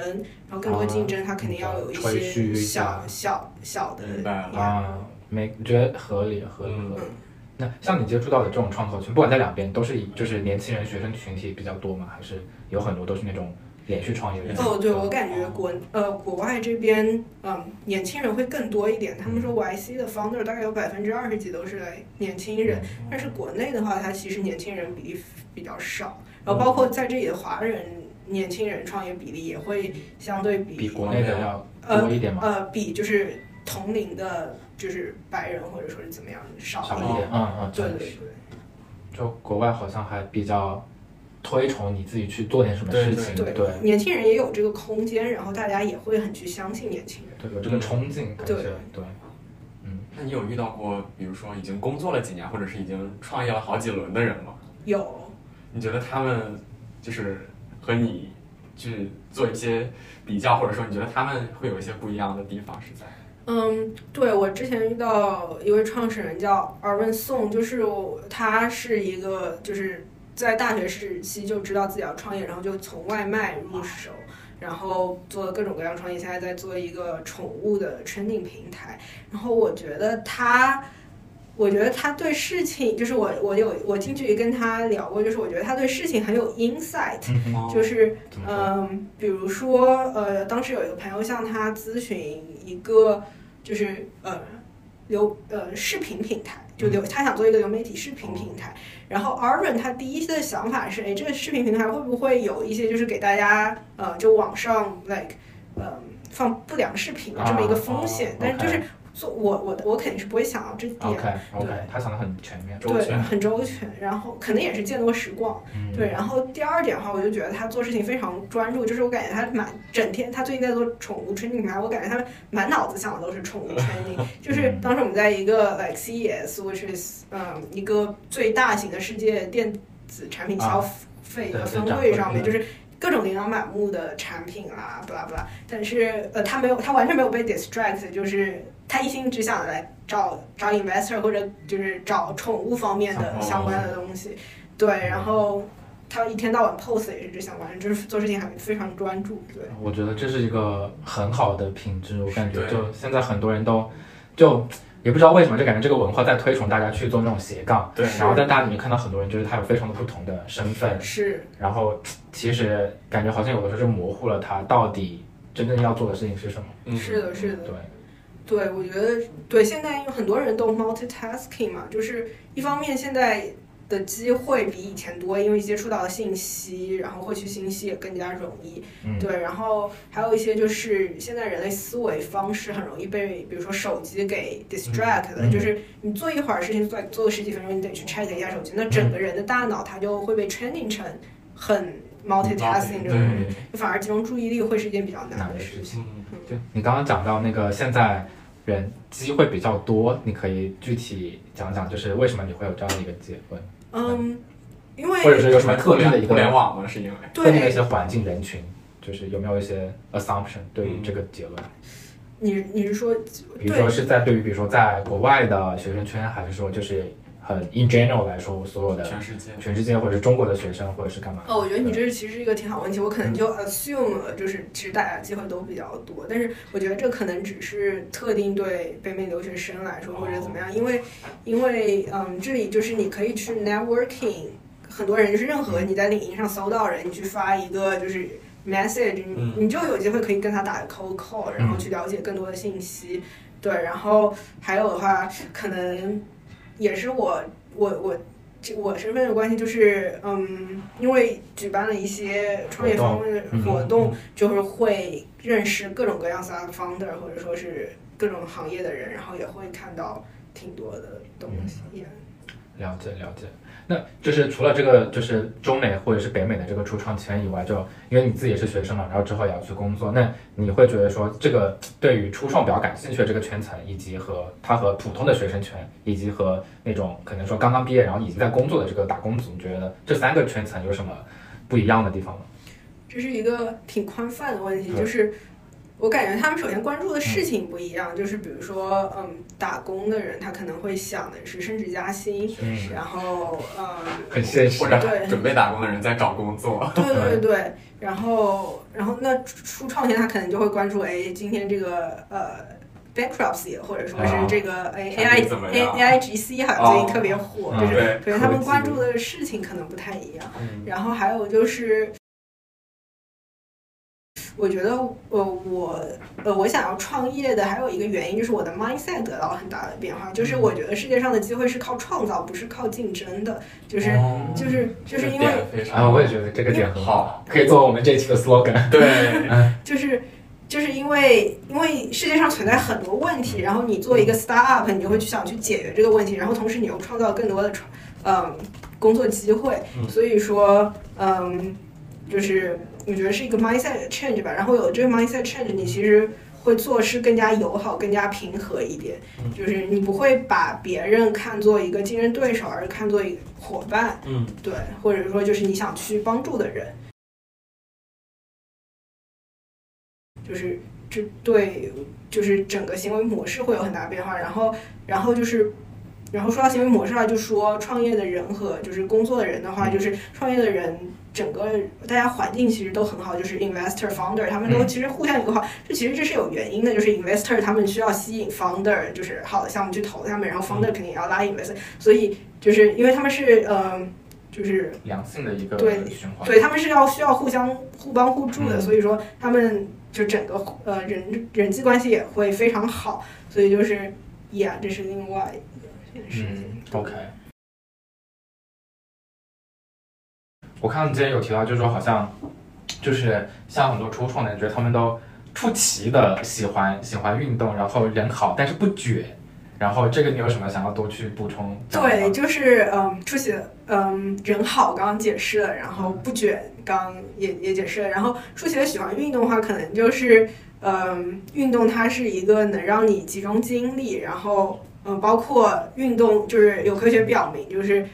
C: 然后更多
B: 啊
C: 竞争，它肯定要有一
B: 吹嘘
C: 些
B: 一
C: 小
B: 下
C: 小小的
A: 明白了
B: 啊，没觉得合理合理
A: 嗯
B: 合理
C: 嗯。
B: 那像你接触到的这种创投群，不管在两边，都是以就是年轻人、学生群体比较多吗？还是有很多都是那种连续创业的人？
C: 哦，对，我感
B: 嗯
C: 觉国呃国外这边，嗯，年轻人会更多一点。他们
B: 嗯
C: 说 YC 的 founder 大概有百分之二十几都是来年轻人，
B: 嗯
C: 但是国内的话，它其实年轻人比例比较少，
B: 嗯
C: 然后包括在这里的华人年轻人创业比例也会相对比
B: 比国内的要多一点吗？
C: 呃比就是同龄的，就是白人或者说是怎么样少
B: 少
C: 一
B: 一
C: 点。
B: 点，嗯嗯，
C: 呃哦对
B: 真的
C: 对
B: 是。
C: 对。
B: 就国外好像还比较推崇你自己去做点什么事情，
C: 对
B: 对
C: 年轻人也有这个空间，然后大家也会很去相信年轻人。
B: 对，有这个冲劲，感觉
C: 对
B: 对。
A: 那你有遇到过，比如说已经工作了几年，或者是已经创业了好几轮的人吗？
C: 有，
A: 你觉得他们就是和你去做一些比较，或者说你觉得他们会有一些不一样的地方是在？
C: 嗯，对，我之前遇到一位创始人叫 Arvin Song，就是我他是一个就是在大学时期就知道自己要创业，然后就从外卖入手，然后做各种各样创业，现在在做一个宠物的 training 平台。然后我觉得他，我觉得他对事情，就是我我有我近距离跟他聊过，就是我觉得他对事情很有 insight，
B: 嗯
A: 哦
C: 就是
B: 怎么说？
C: 嗯，比如说，呃，当时有一个朋友向他咨询一个，就是呃，流呃视频平台，就
B: 嗯
C: 流他想做一个流媒体视频平
B: 哦
C: 台。然后 Arvin 他第一的想法是，哎，这个视频平台会不会有一些就是给大家呃，就网上 like 呃放不良视频的这么一个风险？
B: 啊
C: 但是就
B: OK
C: 是做我我我肯定是不会想到这点
B: OK OK，
C: 对
B: 他想的很全面。
A: 周
C: 对，
A: 全
C: 很周全。然后可能也是见多识广。
B: 嗯
C: 对，，然后第二点的话，我就觉得他做事情非常专注，就是我感觉他满整天，他最近在做宠物 training 嘛，我感觉他满脑子想的都是宠物 training。就是
B: 嗯
C: 当时我们在一个 like CES，which is 嗯一个最大型的世界电子产品消费
B: 啊对
C: 的
B: 对
C: 峰
B: 展
C: 会
B: 会
C: 上面，
B: 嗯
C: 就是各种琳琅满目的产品啦，巴拉巴拉。但是呃，他没有，他完全没有被 distract，就是他一心只想来找找 investor 或者就是找宠物方面的
B: 哦
C: 相关的东西。对，然后他一天到晚 post 也是这相关，就是做事情还非常专注。对，
B: 我觉得这是一个很好的品质，我感觉
A: 对
B: 就现在很多人都就也不知道为什么，就感觉这个文化在推崇大家去做那种斜杠，
A: 对
B: 然后在大家里面看到很多人就是他有非常的不同的身份，
C: 是
B: 然后其实感觉好像有的时候就模糊了他到底真正要做的事情是什么。
A: 嗯
C: 是的，是的。
B: 对，
C: 对，我觉得对，现在有很多人都 multitasking 嘛，就是一方面现在的机会比以前多，因为接触到的信息，然后获取信息也更加容易。
B: 嗯
C: 对，然后还有一些就是现在人类思维方式很容易被，比如说手机给 distract 的，
B: 嗯
C: 就是你做一会儿事情，做做个十几分钟，你得去 check 一下手机，那
B: 嗯
C: 整个人的大脑它就会被 training 成很 multitasking 这种，
A: 嗯对，
C: 反而集中注意力会是一件比较难
B: 难
C: 的
B: 的
C: 事情。
B: 事情。
A: 嗯
B: 对你刚刚讲到那个现在人机会比较多，你可以具体讲讲，就是为什么你会有这样的一个结婚，
C: 嗯，因为
B: 或者是有什么特定的一
A: 互
B: 个
A: 联网嘛，是因为
B: 特定的
C: 对
B: 一些环境人群，就是有没有一些 assumption 对于这个结论？
C: 你你是说，
B: 比如说是在对于比如说在国外的学生圈，还是说就是很 in general 来说，所有的
A: 全世界
B: 全世界或者是中国的学生或者是干嘛？
C: 哦，我觉得你这其实是一个挺好问题，我可能就 assume 了，就是其实大家机会都比较多，但是我觉得这可能只是特定对北美留学生来说或者怎么样，因为因为嗯，这里就是你可以去 networking，很多人就是任何你在领英上搜到人，你去发一个就是。message，你
A: 嗯
C: 你就有机会可以跟他打个 cold call，然后去了解更多的信息。对，然后还有的话，可能也是我我我这我身份的关系，就是嗯，因为举办了一些创业方面的活动，嗯就是会认识各种各样的 founder，或者说是各种行业的人，然后也会看到挺多的东西。也
B: 了解了解，那就是除了这个就是中美或者是北美的这个初创圈以外，就因为你自己也是学生嘛，然后之后也要去工作，那你会觉得说这个对于初创比较感兴趣的这个圈层，以及和它和普通的学生圈，以及和那种可能说刚刚毕业然后已经在工作的这个打工族，你觉得这三个圈层有什么不一样的地方吗？
C: 这是一个挺宽泛的问题，
B: 对
C: 就是我感觉他们首先关注的事情不一样，就是比如说，嗯，打工的人他可能会想的是升职加薪，
B: 嗯，
C: 然后，嗯，
B: 很现实
A: 或。者
C: 对
A: 准备打工的人在找工作，
C: 对对对，然后然后那初创前他可能就会关注，哎，今天这个呃 bankruptcy 或者说是
B: 啊
C: 这个哎
A: 产
C: AI
A: 品怎么
C: A
A: 样哦嗯
C: AI GC 好像最近特别火，
B: 啊
C: 就是
A: 对，
C: 对他们
A: 科技
C: 关注的事情可能不太一样。
A: 嗯
C: 然后还有就是，我觉得呃我呃我想要创业的还有一个原因就是我的 mindset 得到了很大的变化，
A: 嗯
C: 就是我觉得世界上的机会是靠创造，不是靠竞争的，就是、
A: 哦
C: 就是就是因为
A: 这点非常
B: 啊，我也觉得这个点很好，
A: 好，
B: 可以作为我们这一期的 slogan。
A: 对，
C: 就是就是因为因为世界上存在很多问题，然后你做一
A: 嗯
C: 个 startup，你就会去想去解决这个问题，然后同时你又创造更多的创嗯工作机会，
A: 嗯
C: 所以说嗯就是我觉得是一个 mindset change 吧，然后有这个 mindset change，你其实。会做事更加友好、更加平和一点，
A: 嗯
C: 就是你不会把别人看作一个竞争对手，而看作一个伙伴，
A: 嗯，
C: 对，或者说就是你想去帮助的人，就是这对，就是整个行为模式会有很大变化。然后，然后就是，然后说到行为模式啊，就说创业的人和就是工作的人的话，就是创业的人整个大家环境其实都很好，就是 investor founder 他们
B: 嗯
C: 都其实互相友好。这其实这是有原因的，就是 investor 他们需要吸引 founder，就是好的项目去投他们，
B: 嗯
C: 然后 founder 肯定也要拉 investor，所以就是因为他们是嗯、呃就是
B: 良性的一个
C: 对
B: 循环。
C: 对，他们是要需要互相互帮互助的，
B: 哦嗯
C: 所以说他们就整个呃人人际关系也会非常好，所以就是呀，这是另外一个事情。
B: 嗯，OK。我看到你之前有提到，就是说好像就是像很多初创的人，觉得他们都出奇的喜欢喜欢运动，然后人好，但是不卷。然后这个你有什么想要多去补充讲的吗？
C: 对，就是嗯，出席嗯人好刚刚解释了，然后
B: 嗯
C: 不卷刚也也解释了，然后出席的喜欢运动的话，可能就是嗯运动它是一个能让你集中精力，然后嗯包括运动就是有科学表明，就是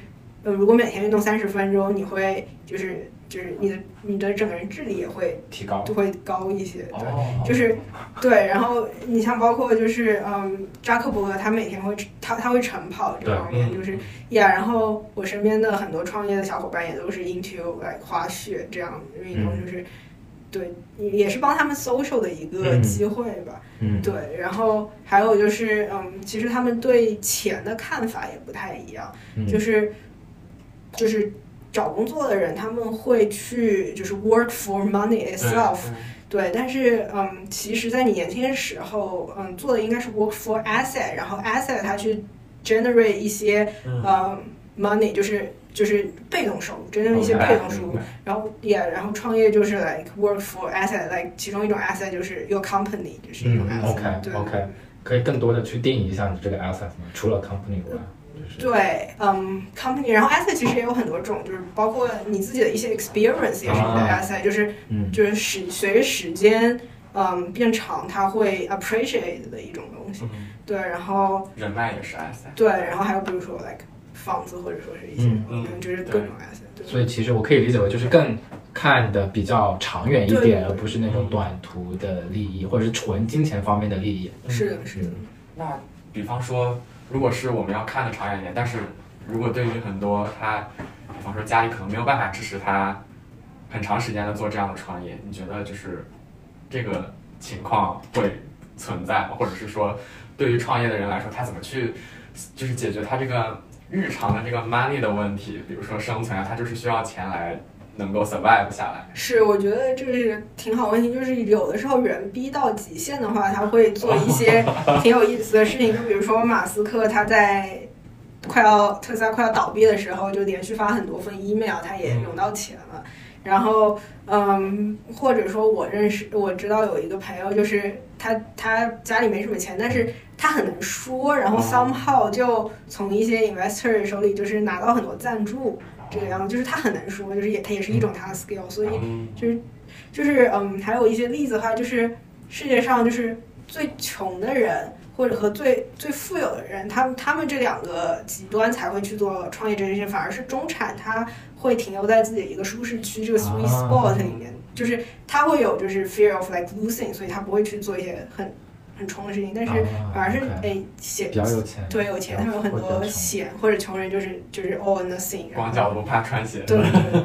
C: 呃如果每天运动三十分钟，你会就是就是你的你的整个人智力也会
B: 提高。
C: 都会高一些，对。
B: 哦，
C: 就是对，然后你像包括就是嗯，扎克伯格他每天会他他会晨跑这
B: 对
C: 方面，
A: 嗯
C: 就是呀然后我身边的很多创业的小伙伴也都是 into like 滑雪这样的运动，
B: 嗯
C: 就是对，也是帮他们 social 的一个
B: 嗯
C: 机会吧。
B: 嗯，
C: 对，然后还有就是嗯，其实他们对钱的看法也不太一样。
B: 嗯
C: 就是就是找工作的人，他们会去就是 work for money
A: 对
C: itself，对，但是嗯，其实，在你年轻的时候，嗯，做的应该是 work for asset，然后 asset 它去 generate 一些
A: 嗯
C: 呃 money，就是就是被动收入，generate 一些
B: 明白
C: 被动收入
B: 明白。
C: 然后 yeah，然后创业就是 like work for asset，like 其中一种 asset 就是 your company，就是一种
B: 嗯
C: asset。
B: ，OK
C: 对
B: OK，可以更多的去定义一下你这个 asset 吗？除了 company 以外，就是
C: 对，嗯，company，然后 asset 其实也有很多种，就是包括你自己的一些 experience 也是你的
B: 啊
C: asset，、就是
B: 嗯
C: 就是时随着时间，嗯，变长，它会 appreciate 的一种东西。
A: 嗯
C: 对，然后
A: 人脉也是 S。
C: 对，然后还有比如说 like 房子或者说是一些，
B: 嗯
A: 嗯
C: 可能就是各
A: 对
C: 种 asset 对。
B: 所以其实我可以理解为就是更看的比较长远一
C: 对
B: 点，而不是那种短途的利益或者是纯金钱方面的利益。
C: 是的，是的，
A: 那比方说，如果是我们要看的长远一点，但是如果对于很多他，比方说家里可能没有办法支持他很长时间的做这样的创业，你觉得就是这个情况会存在吗？或者是说，对于创业的人来说，他怎么去就是解决他这个日常的这个 money 的问题？比如说生存啊，他就是需要钱来能够 survive 下来。
C: 是，我觉得这是挺好问题，就是有的时候人逼到极限的话，他会做一 些挺有意思的事情，就比如说马斯克他在快要特斯拉快要倒闭的时候，就连续发很多份 email，他也
A: 嗯
C: 融到钱了。然后，嗯，或者说我认识我知道有一个朋友，就是他他家里没什么钱，但是他很能说，然后
A: 哦
C: somehow 就从一些 investor 手里就是拿到很多赞助，这个样子，就是他很能说，就是也他也是一种他的 skill，所以
A: 嗯
C: 就是就是嗯，还有一些例子的话，就是世界上就是最穷的人或者和最最富有的人，他们他们这两个极端才会去做创业这件事，反而是中产他会停留在自己的一个舒适区这个 sweet
B: 啊
C: spot 里面，就是他会有就是 fear of like losing，所以他不会去做一些很很冲的事情，但是
B: 啊
C: 反而是
B: OK
C: 哎写
B: 比较有钱，
C: 对有钱，他们有很
B: 或者
C: 多
B: 穷
C: 闲或者穷人就是就是 all or nothing，然
A: 光
C: 后
A: 脚不怕穿鞋。
C: 对对对对，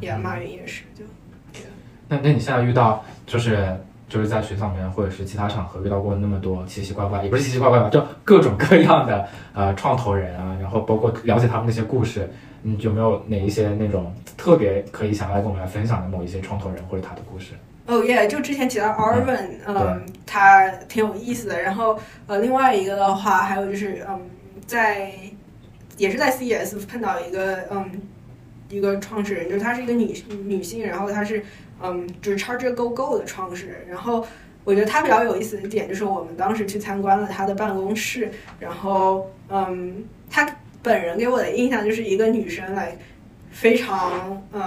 C: 也马云也是就。
B: 那那你现在遇到就是就是在学校里面或者是其他场合遇到过那么多奇奇怪怪，也不是奇奇怪怪吧，就各种各样的呃创投人啊，然后包括了解他们那些故事，你有没有哪一些那种特别可以想来跟我们来分享的某一些创投人或者他的故事？
C: 哦耶！就之前提到 Arvin，嗯，他挺有意思的。然后呃，另外一个的话，还有就是嗯，在也是在 CES 碰到一个嗯一个创始人，就是她是一个女女性，然后她是嗯就是 Charge Go Go 的创始人。然后我觉得她比较有意思的点就是我们当时去参观了她的办公室，然后嗯，她本人给我的印象就是一个女生来非常嗯。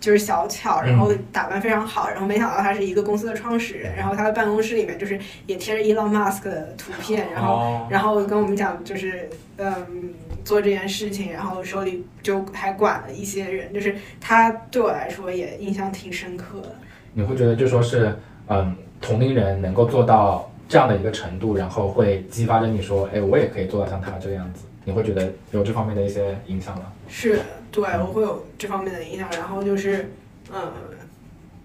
C: 就是小巧，然后打扮非常好，然后没想到她是一个公司的创始人，然后她的办公室里面就是也贴着 Elon Musk 的图片，然后
A: 哦
C: 然后跟我们讲就是嗯做这件事情，然后手里就还管了一些人，就是他对我来说也印象挺深刻的。
B: 你会觉得就说是，嗯，同龄人能够做到这样的一个程度，然后会激发着你说，哎，我也可以做到像他这个样子。你会觉得有这方面的一些影响吗？
C: 是的，对我会有这方面的影响，然后就是嗯，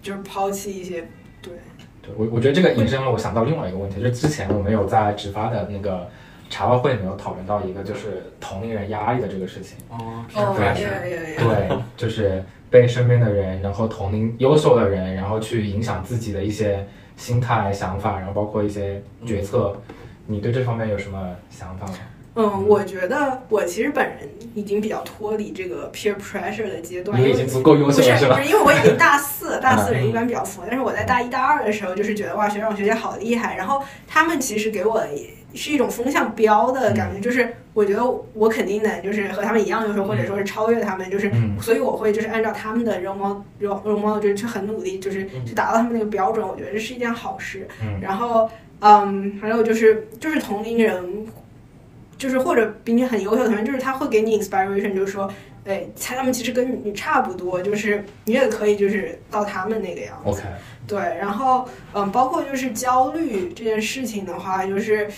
C: 就是抛弃一些对
B: 对我，我觉得这个引申让我想到另外一个问题，就是之前我们有在直发的那个茶话会里面有讨论到一个就是同龄人压力的这个事情。
A: 哦，
C: 哦
A: 对，
C: 也
A: 是
C: 也也
B: 对，就是被身边的人，然后同龄优秀的人，然后去影响自己的一些心态、想法，然后包括一些决策。你对这方面有什么想法吗？
C: 嗯，我觉得我其实本人已经比较脱离这个 peer pressure 的阶段，
B: 你
C: 因
B: 已
C: 为
B: 经足够优
C: 不
B: 秀
C: 是
B: 了，
C: 不
B: 吧？嗯
C: 是，因为我已经大 四，大四人一般比较佛，但是我在大一大二的时候，就是觉得哇，学长学姐好厉害，然后他们其实给我是一种风向标
B: 嗯
C: 的感觉，就是我觉得我肯定能就是和他们一样优秀，或者说是超越他们，就是
B: 嗯
C: 所以我会就是按照他们的 role model role model 就是去很努力，就是
A: 嗯
C: 去达到他们那个标准，我觉得这是一件好事。
B: 嗯
C: 然后，嗯，还有就是就是同龄人，就是或者比你很优秀的人，就是他会给你 inspiration，就是说，哎，他们其实跟你差不多，就是你也可以就是到他们那个样子。
B: OK，
C: 对，然后嗯，包括就是焦虑这件事情的话，就是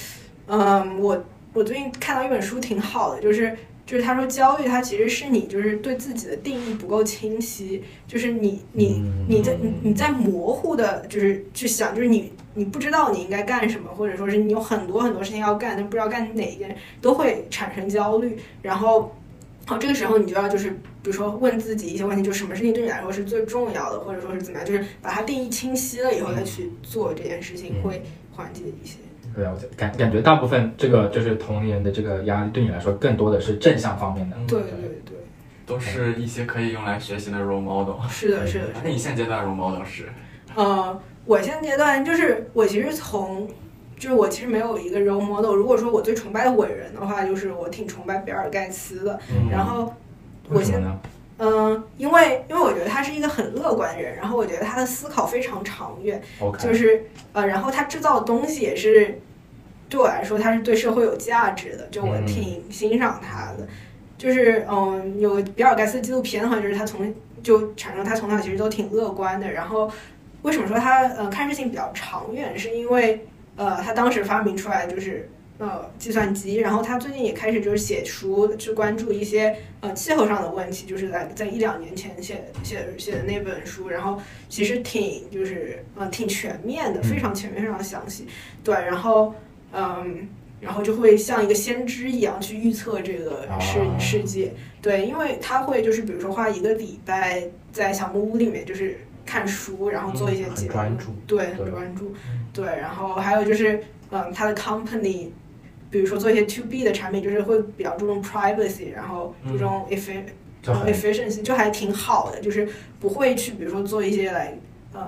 C: 嗯，我我最近看到一本书挺好的，就是就是他说焦虑它其实是你就是对自己的定义不够清晰，就是你你
B: 嗯
C: 你在你你在模糊的，就是去想，就是你你不知道你应该干什么，或者说是你有很多很多事情要干，但不知道干哪一件，都会产生焦虑，然后。好，这个时候你就要就是，比如说问自己一些问题，就什么事情对你来说是最重要的，或者说是怎么样，就是把它定义清晰了以后再去做这件事情，
B: 嗯
C: 会缓解一些。
B: 了解。啊感感觉大部分这个就是同龄人的这个压力，对你来说更多的是正向方面的。
A: 嗯
C: 对对对，
A: 都是一些可以用来学习的 role model。
C: 是的，是的，是的
A: 那你现阶段 role model 是？
C: 呃，我现阶段就是我其实从，就是我其实没有一个 role model。如果说我最崇拜的伟人的话，就是我挺崇拜比尔盖茨的。
B: 嗯
C: 然后我
B: 为什
C: 现
B: 么呢？
C: 嗯，因为因为我觉得他是一个很乐观的人，然后我觉得他的思考非常长远，
B: OK，
C: 就是呃，然后他制造的东西也是对我来说，他是对社会有价值的，就我
B: 嗯
C: 挺欣赏他的。就是嗯，有个比尔盖茨纪录片的话，就是他从就产生他从小其实都挺乐观的。然后为什么说他呃看事情比较长远，是因为呃他当时发明出来就是。呃，计算机，然后他最近也开始就是写书，去关注一些呃气候上的问题，就是在在一两年前写写写的那本书，然后其实挺就是呃挺全面的，
B: 嗯
C: 非常全面，非常详细。对，然后嗯，然后就会像一个先知一样去预测这个世、
B: 啊
C: 世界。对，因为他会就是比如说花一个礼拜在小木屋里面就是看书，然后做一
B: 嗯
C: 些
B: 很
C: 结论，
B: 专注。
C: 对，很
B: 对
C: 专注
B: 嗯，
C: 对。然后还有就是嗯，他的 company。比如说做一些 to B 的产品，就是会比较注重 privacy，然后注重 efficient，、
B: 嗯就很
C: efficiency 就还挺好的，就是不会去比如说做一些来嗯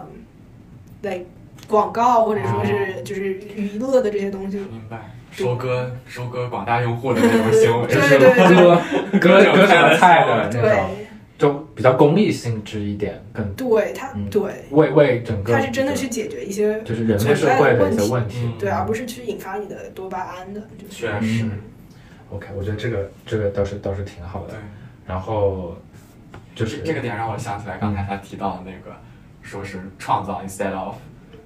C: 来广告或者说
B: 哦
C: 是就是娱乐的这些东西。
A: 明白，收割收割广大用户的这种行为
C: 对
B: 就是
A: 是
B: 割
C: 对
B: 割割什么菜的那种，
C: 对
B: 就比较功利性质一点，更
C: 对，他
B: 嗯
C: 对
B: 为为整个
C: 他是真的去解决一些
B: 就是人类社会的一些问题
A: 嗯，
C: 对，而不是去引发你的多巴胺的。就是
A: 确实，
B: 嗯 OK，我觉得这个这个倒是倒是挺好的
A: 对。，
B: 然后
A: 这
B: 就是
A: 这个点让我想起来刚才他提到的那个，说是创造 instead of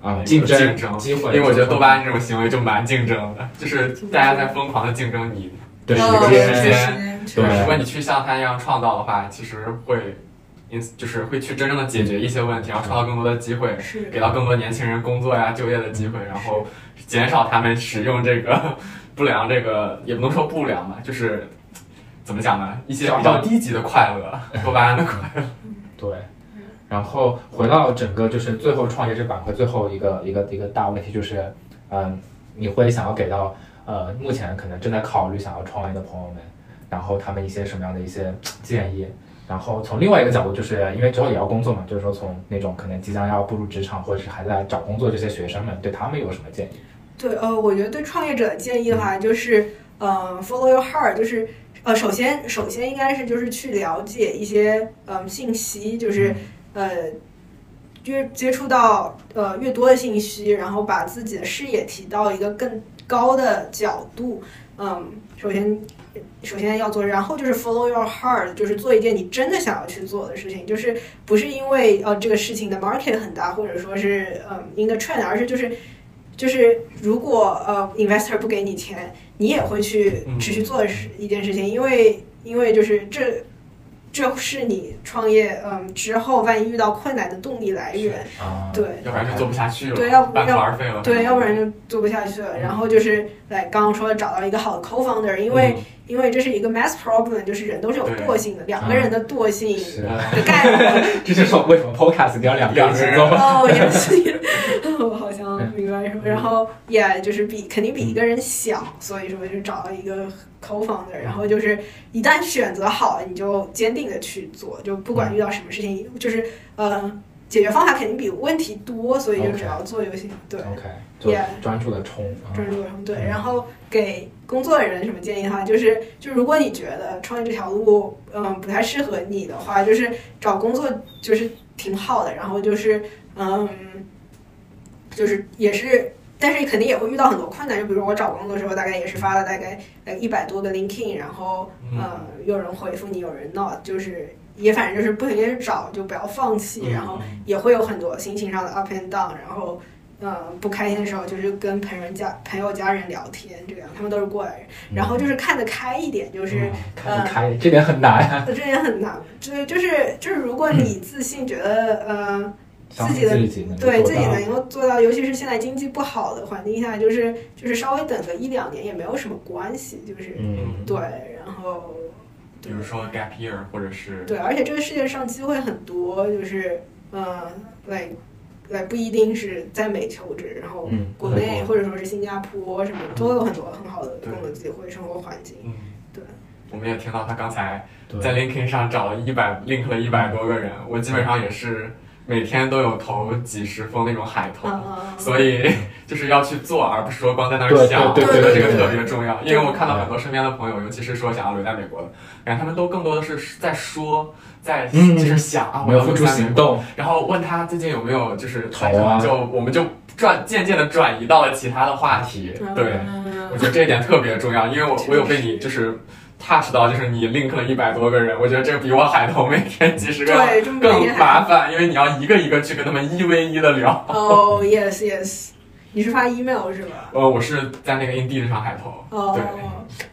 B: 啊，
A: 竞
B: 竞争
A: 争
B: 机会，
A: 因为我觉得多巴胺这种行为就蛮竞争的，就是大家在疯狂的竞争你。
B: 对
A: 时
C: 嗯
A: 间
C: 时
A: 时间
C: 间
B: 对
A: 如果你去像他一样创造的话，其实会，因就是会去真正的解决一些问题，然后创造更多的机会，
C: 是
A: 给到更多年轻人工作呀、就业的机会，然后减少他们使用这个不良这个，也不能说不良吧，就是怎么讲呢，一些比较低级的快乐，多巴胺的快乐。
B: 对。然后回到整个就是最后创业这板块最后一个一个一个大问题就是，嗯，你会想要给到呃目前可能正在考虑想要创业的朋友们，然后他们一些什么样的一些建议？然后从另外一个角度，就是因为之后也要工作嘛，就是说从那种可能即将要步入职场或者是还在找工作这些学生们，对他们有什么建议？
C: 对，呃，我觉得对创业者的建议的话，就是，呃，follow your heart，就是，呃，首先，首先应该是就是去了解一些，嗯，信息，就是，呃，越接触到呃越多的信息，然后把自己的视野提到一个更高的角度，嗯，首先。首先要做，然后就是 follow your heart，就是做一件你真的想要去做的事情，就是不是因为呃这个事情的 market 很大，或者说是嗯 in the trend，而是就是就是如果呃 investor 不给你钱，你也会去持续做的事一件事情，因为因为就是这这是你创业嗯之后万一遇到困难的动力来源。
B: 啊，
C: 对，
A: 要不然就做不下去了，
C: 对要不
A: 半途而废了，
C: 对，要不然就做不下去了。然后就是来刚刚说的找到一个好的 co-founder，因为、因为这是一个 mass problem，就是人都是有
A: 嗯对
C: 惰性的，两个人的惰性
B: 是，
C: 的概率。
B: 这就是为什么 podcast 一定要两个人一起做。
C: 哦，也是，我好像明白什么。然后也就是比肯定比一个人小，所以说就找了一个 co-founder，然后就是呃一旦选择好了，你就坚定的去做，就不管遇到什么事情，就是呃。解决方法肯定比问题多，所以就只要做就行。对，
B: OK，就
C: Yeah
B: 专注的冲。啊
C: 专注什么对，
B: 嗯
C: 然后给工作的人什么建议的话，就是就是如果你觉得创业这条路嗯不太适合你的话，就是找工作就是挺好的，然后就是嗯就是也是。但是肯定也会遇到很多困难，就比如我找工作的时候，大概也是发了大概呃一百多个 LinkedIn，然后
A: 嗯
C: 呃有人回复你，有人 not，就是也反正就是不停的找，就不要放弃，
A: 嗯
C: 然后也会有很多心情上的 up and down，然后嗯，不开心的时候就是跟朋友家朋友家人聊天，这样他们都是过来人，然后就是看得开一点，就是
B: 嗯
C: 呃
B: 看得开，这点很难 啊。
C: 这也很难，就是就是就是如果你自信觉得呃自己的
B: 自己能够
C: 对
B: 嗯做
C: 自己
B: 到
C: 能够做到，尤其是现在经济不好的环境下，就是就是稍微等个一两年也没有什么关系，就是
B: 嗯，
A: 嗯，
C: 对，然后
A: 比如说 gap year 或者是
C: 对，而且这个世界上机会很多，就是嗯，来来不一定是在美求职，然后
B: 嗯
C: 国
B: 外
C: 内
B: 国
C: 或者说是新加坡什么的，都有很多很好的工作机会、生活环境。
A: 嗯，
C: 对，
A: 我们也听到他刚才
B: 对
A: 在 LinkedIn 上找了一百 link 了一百多个人，我基本上也是每天都有投几十封那种海投，
C: 嗯，
A: 所以 就是要去做，而不是说光在那儿
B: 对
A: 想。
B: 对
A: 我觉
C: 对
A: 得这
C: 对
A: 个
B: 对
A: 特别重要，
C: 对
A: 因为我看到很多身边的朋友，尤其是说想要留在美国的，感觉他们都更多的是在说，在
B: 嗯
A: 就是想啊，我
B: 没有
A: 要
B: 付
A: 留
B: 出
A: 在美
B: 行
A: 国
C: 嗯
B: 动，
A: 然后问他最近有没有就是
B: 好
A: 可
B: 啊
A: 能就我们就转渐渐的转移到了其他的话题，对。
C: 嗯
A: 我觉得这一点特别重要，因为我我有被你就是 touch 到，就是你 link 了一百多个人，我觉得这比我海投每天几十个要
C: 对，这么
A: 更
C: 厉害。
A: 麻烦，因为你要一个一个去跟他们一 v 一的聊。
C: 哦，yes yes，你是发 email 是吧？
A: 呃，我是在那个 Indeed 上海投，
C: 哦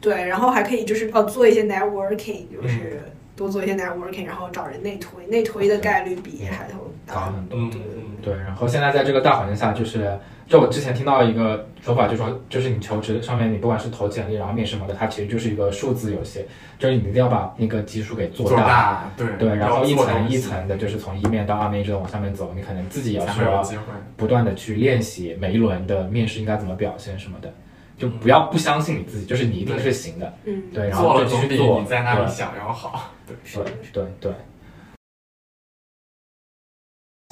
A: 对，
C: 对，然后还可以就是哦做一些 networking，就是多做一些 networking，然后找人内推，内推的概率比海投
B: 高
C: 大。
B: 很多。
A: 嗯
C: 对
A: 嗯，
B: 对，然后现在在这个大环境下，就是就我之前听到一个说法，就说就是你求职上面，你不管是投简历，然后面试什么的，它其实就是一个数字游戏，就是你一定要把那个基数给做
A: 做大，对
B: 对，然后一
A: 要做东
B: 层
A: 西
B: 一层的，就是从一面到二面一直往上面走，你可能自己也
A: 才
B: 是
A: 会有
B: 要
A: 机会。
B: 不断的去练习每一轮的面试应该怎么表现什么的，就
A: 嗯
B: 不要不相信你自己，就是你一定是行的，
C: 嗯，
B: 对，然
A: 做
B: 后
A: 了
B: 就继
A: 总
B: 续
A: 比
B: 做，
A: 你在那里想要好。
C: 是
B: 对
C: 的。
B: 对对。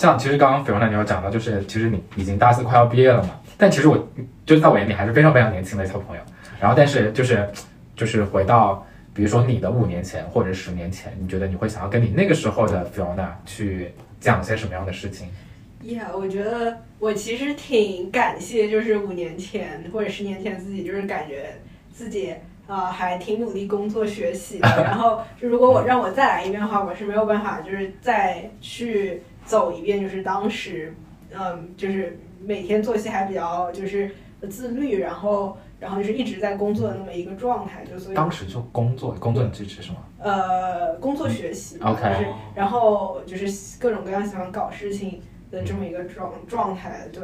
B: 像其实刚刚斐文娜你有讲到，就是其实你已经大四快要毕业了嘛，但其实我就是在我眼里还是非常非常年轻的小朋友。然后但是就是就是回到比如说你的五年前或者十年前，你觉得你会想要跟你那个时候的斐文娜去讲些什么样的事情？
C: Yeah，我觉得我其实挺感谢，就是五年前或者十年前自己，就是感觉自己呃还挺努力工作学习的。然后 就如果我让我再来一遍的话，我是没有办法就是再去走一遍，就是当时嗯，就是每天作息还比较就是自律，然后然后就是一直在工作的那么一个状态，就所以
B: 当时就工作工作你支持是吗？
C: 呃工作学习吧
B: OK
C: 就是
A: 哦嗯
C: 然后就是各种各样喜欢搞事情的这么一个状状态，对，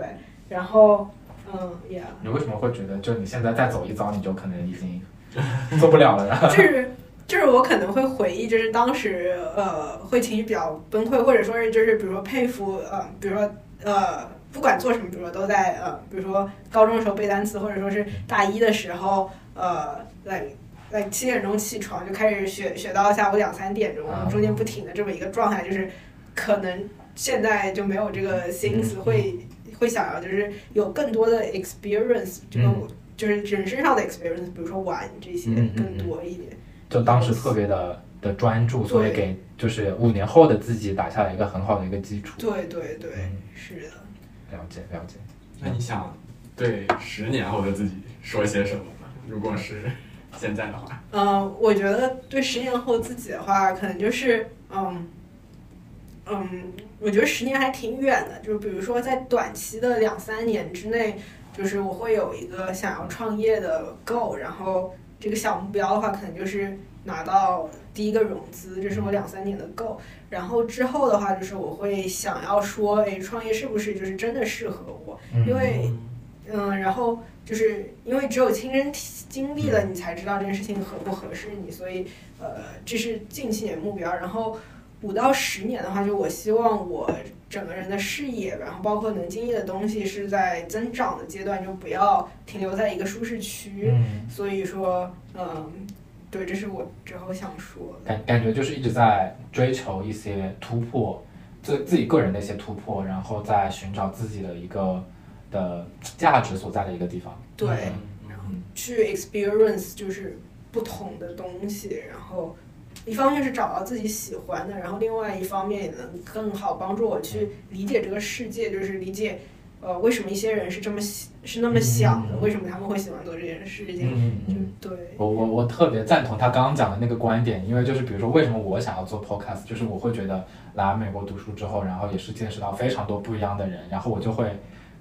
C: 然后嗯也
B: 你为什么会觉得就你现在再走一遭，你就可能已经做不了了 呢？
C: 就是就是我可能会回忆，就是当时呃会情绪比较崩溃，或者说是就是比如说佩服呃，比如说呃不管做什么，比如说都在呃，比如说高中的时候背单词，或者说是大一的时候呃来。来七点钟起床就开始学，学到下午两三点钟
B: 啊，
C: 中间不停的这么一个状态，就是可能现在就没有这个心思，
B: 嗯
C: 会会想要就是有更多的 experience，这个
B: 嗯
C: 就是人身上的 experience，比如说玩这些
B: 嗯嗯嗯
C: 更多一点。
B: 就当时特别的的专注，所以给就是五年后的自己打下了一个很好的一个基础。
C: 对对对，
B: 嗯
C: 是的，
B: 了解了解。
A: 那你想对十年后的自己说些什么呢？如果是现在的话，
C: 嗯，我觉得对十年后自己的话，可能就是嗯嗯，我觉得十年还挺远的，就是比如说在短期的两三年之内，就是我会有一个想要创业的 goal，然后这个小目标的话，可能就是拿到第一个融资，这是我两三年的 goal。然后之后的话，就是我会想要说，哎，创业是不是就是真的适合我？因
B: 哎
C: 为嗯，然后就是因为只有亲身体经历了，你才知道这件事情合不合适你，所以呃，这是近期年目标。然后五到十年的话，就我希望我整个人的视野，然后包括能经历的东西是在增长的阶段，就不要停留在一个舒适区。
B: 嗯，
C: 所以说，嗯，对，这是我之后想说的。
B: 感感觉就是一直在追求一些突破，自自己个人的一些突破，然后在寻找自己的一个的价值所在的一个地方。
C: 对，
B: 哎
A: 嗯
C: 去 experience 就是不同的东西，然后一方面是找到自己喜欢的，然后另外一方面也能更好帮助我去理解这个世界，就是理解呃为什么一些人是这么喜是那么想的，
B: 嗯
C: 为什么他们会喜欢做这件事情，
B: 嗯
C: 就对，
B: 我我我特别赞同他刚刚讲的那个观点，因为就是比如说为什么我想要做 podcast，就是我会觉得来美国读书之后，然后也是见识到非常多不一样的人，然后我就会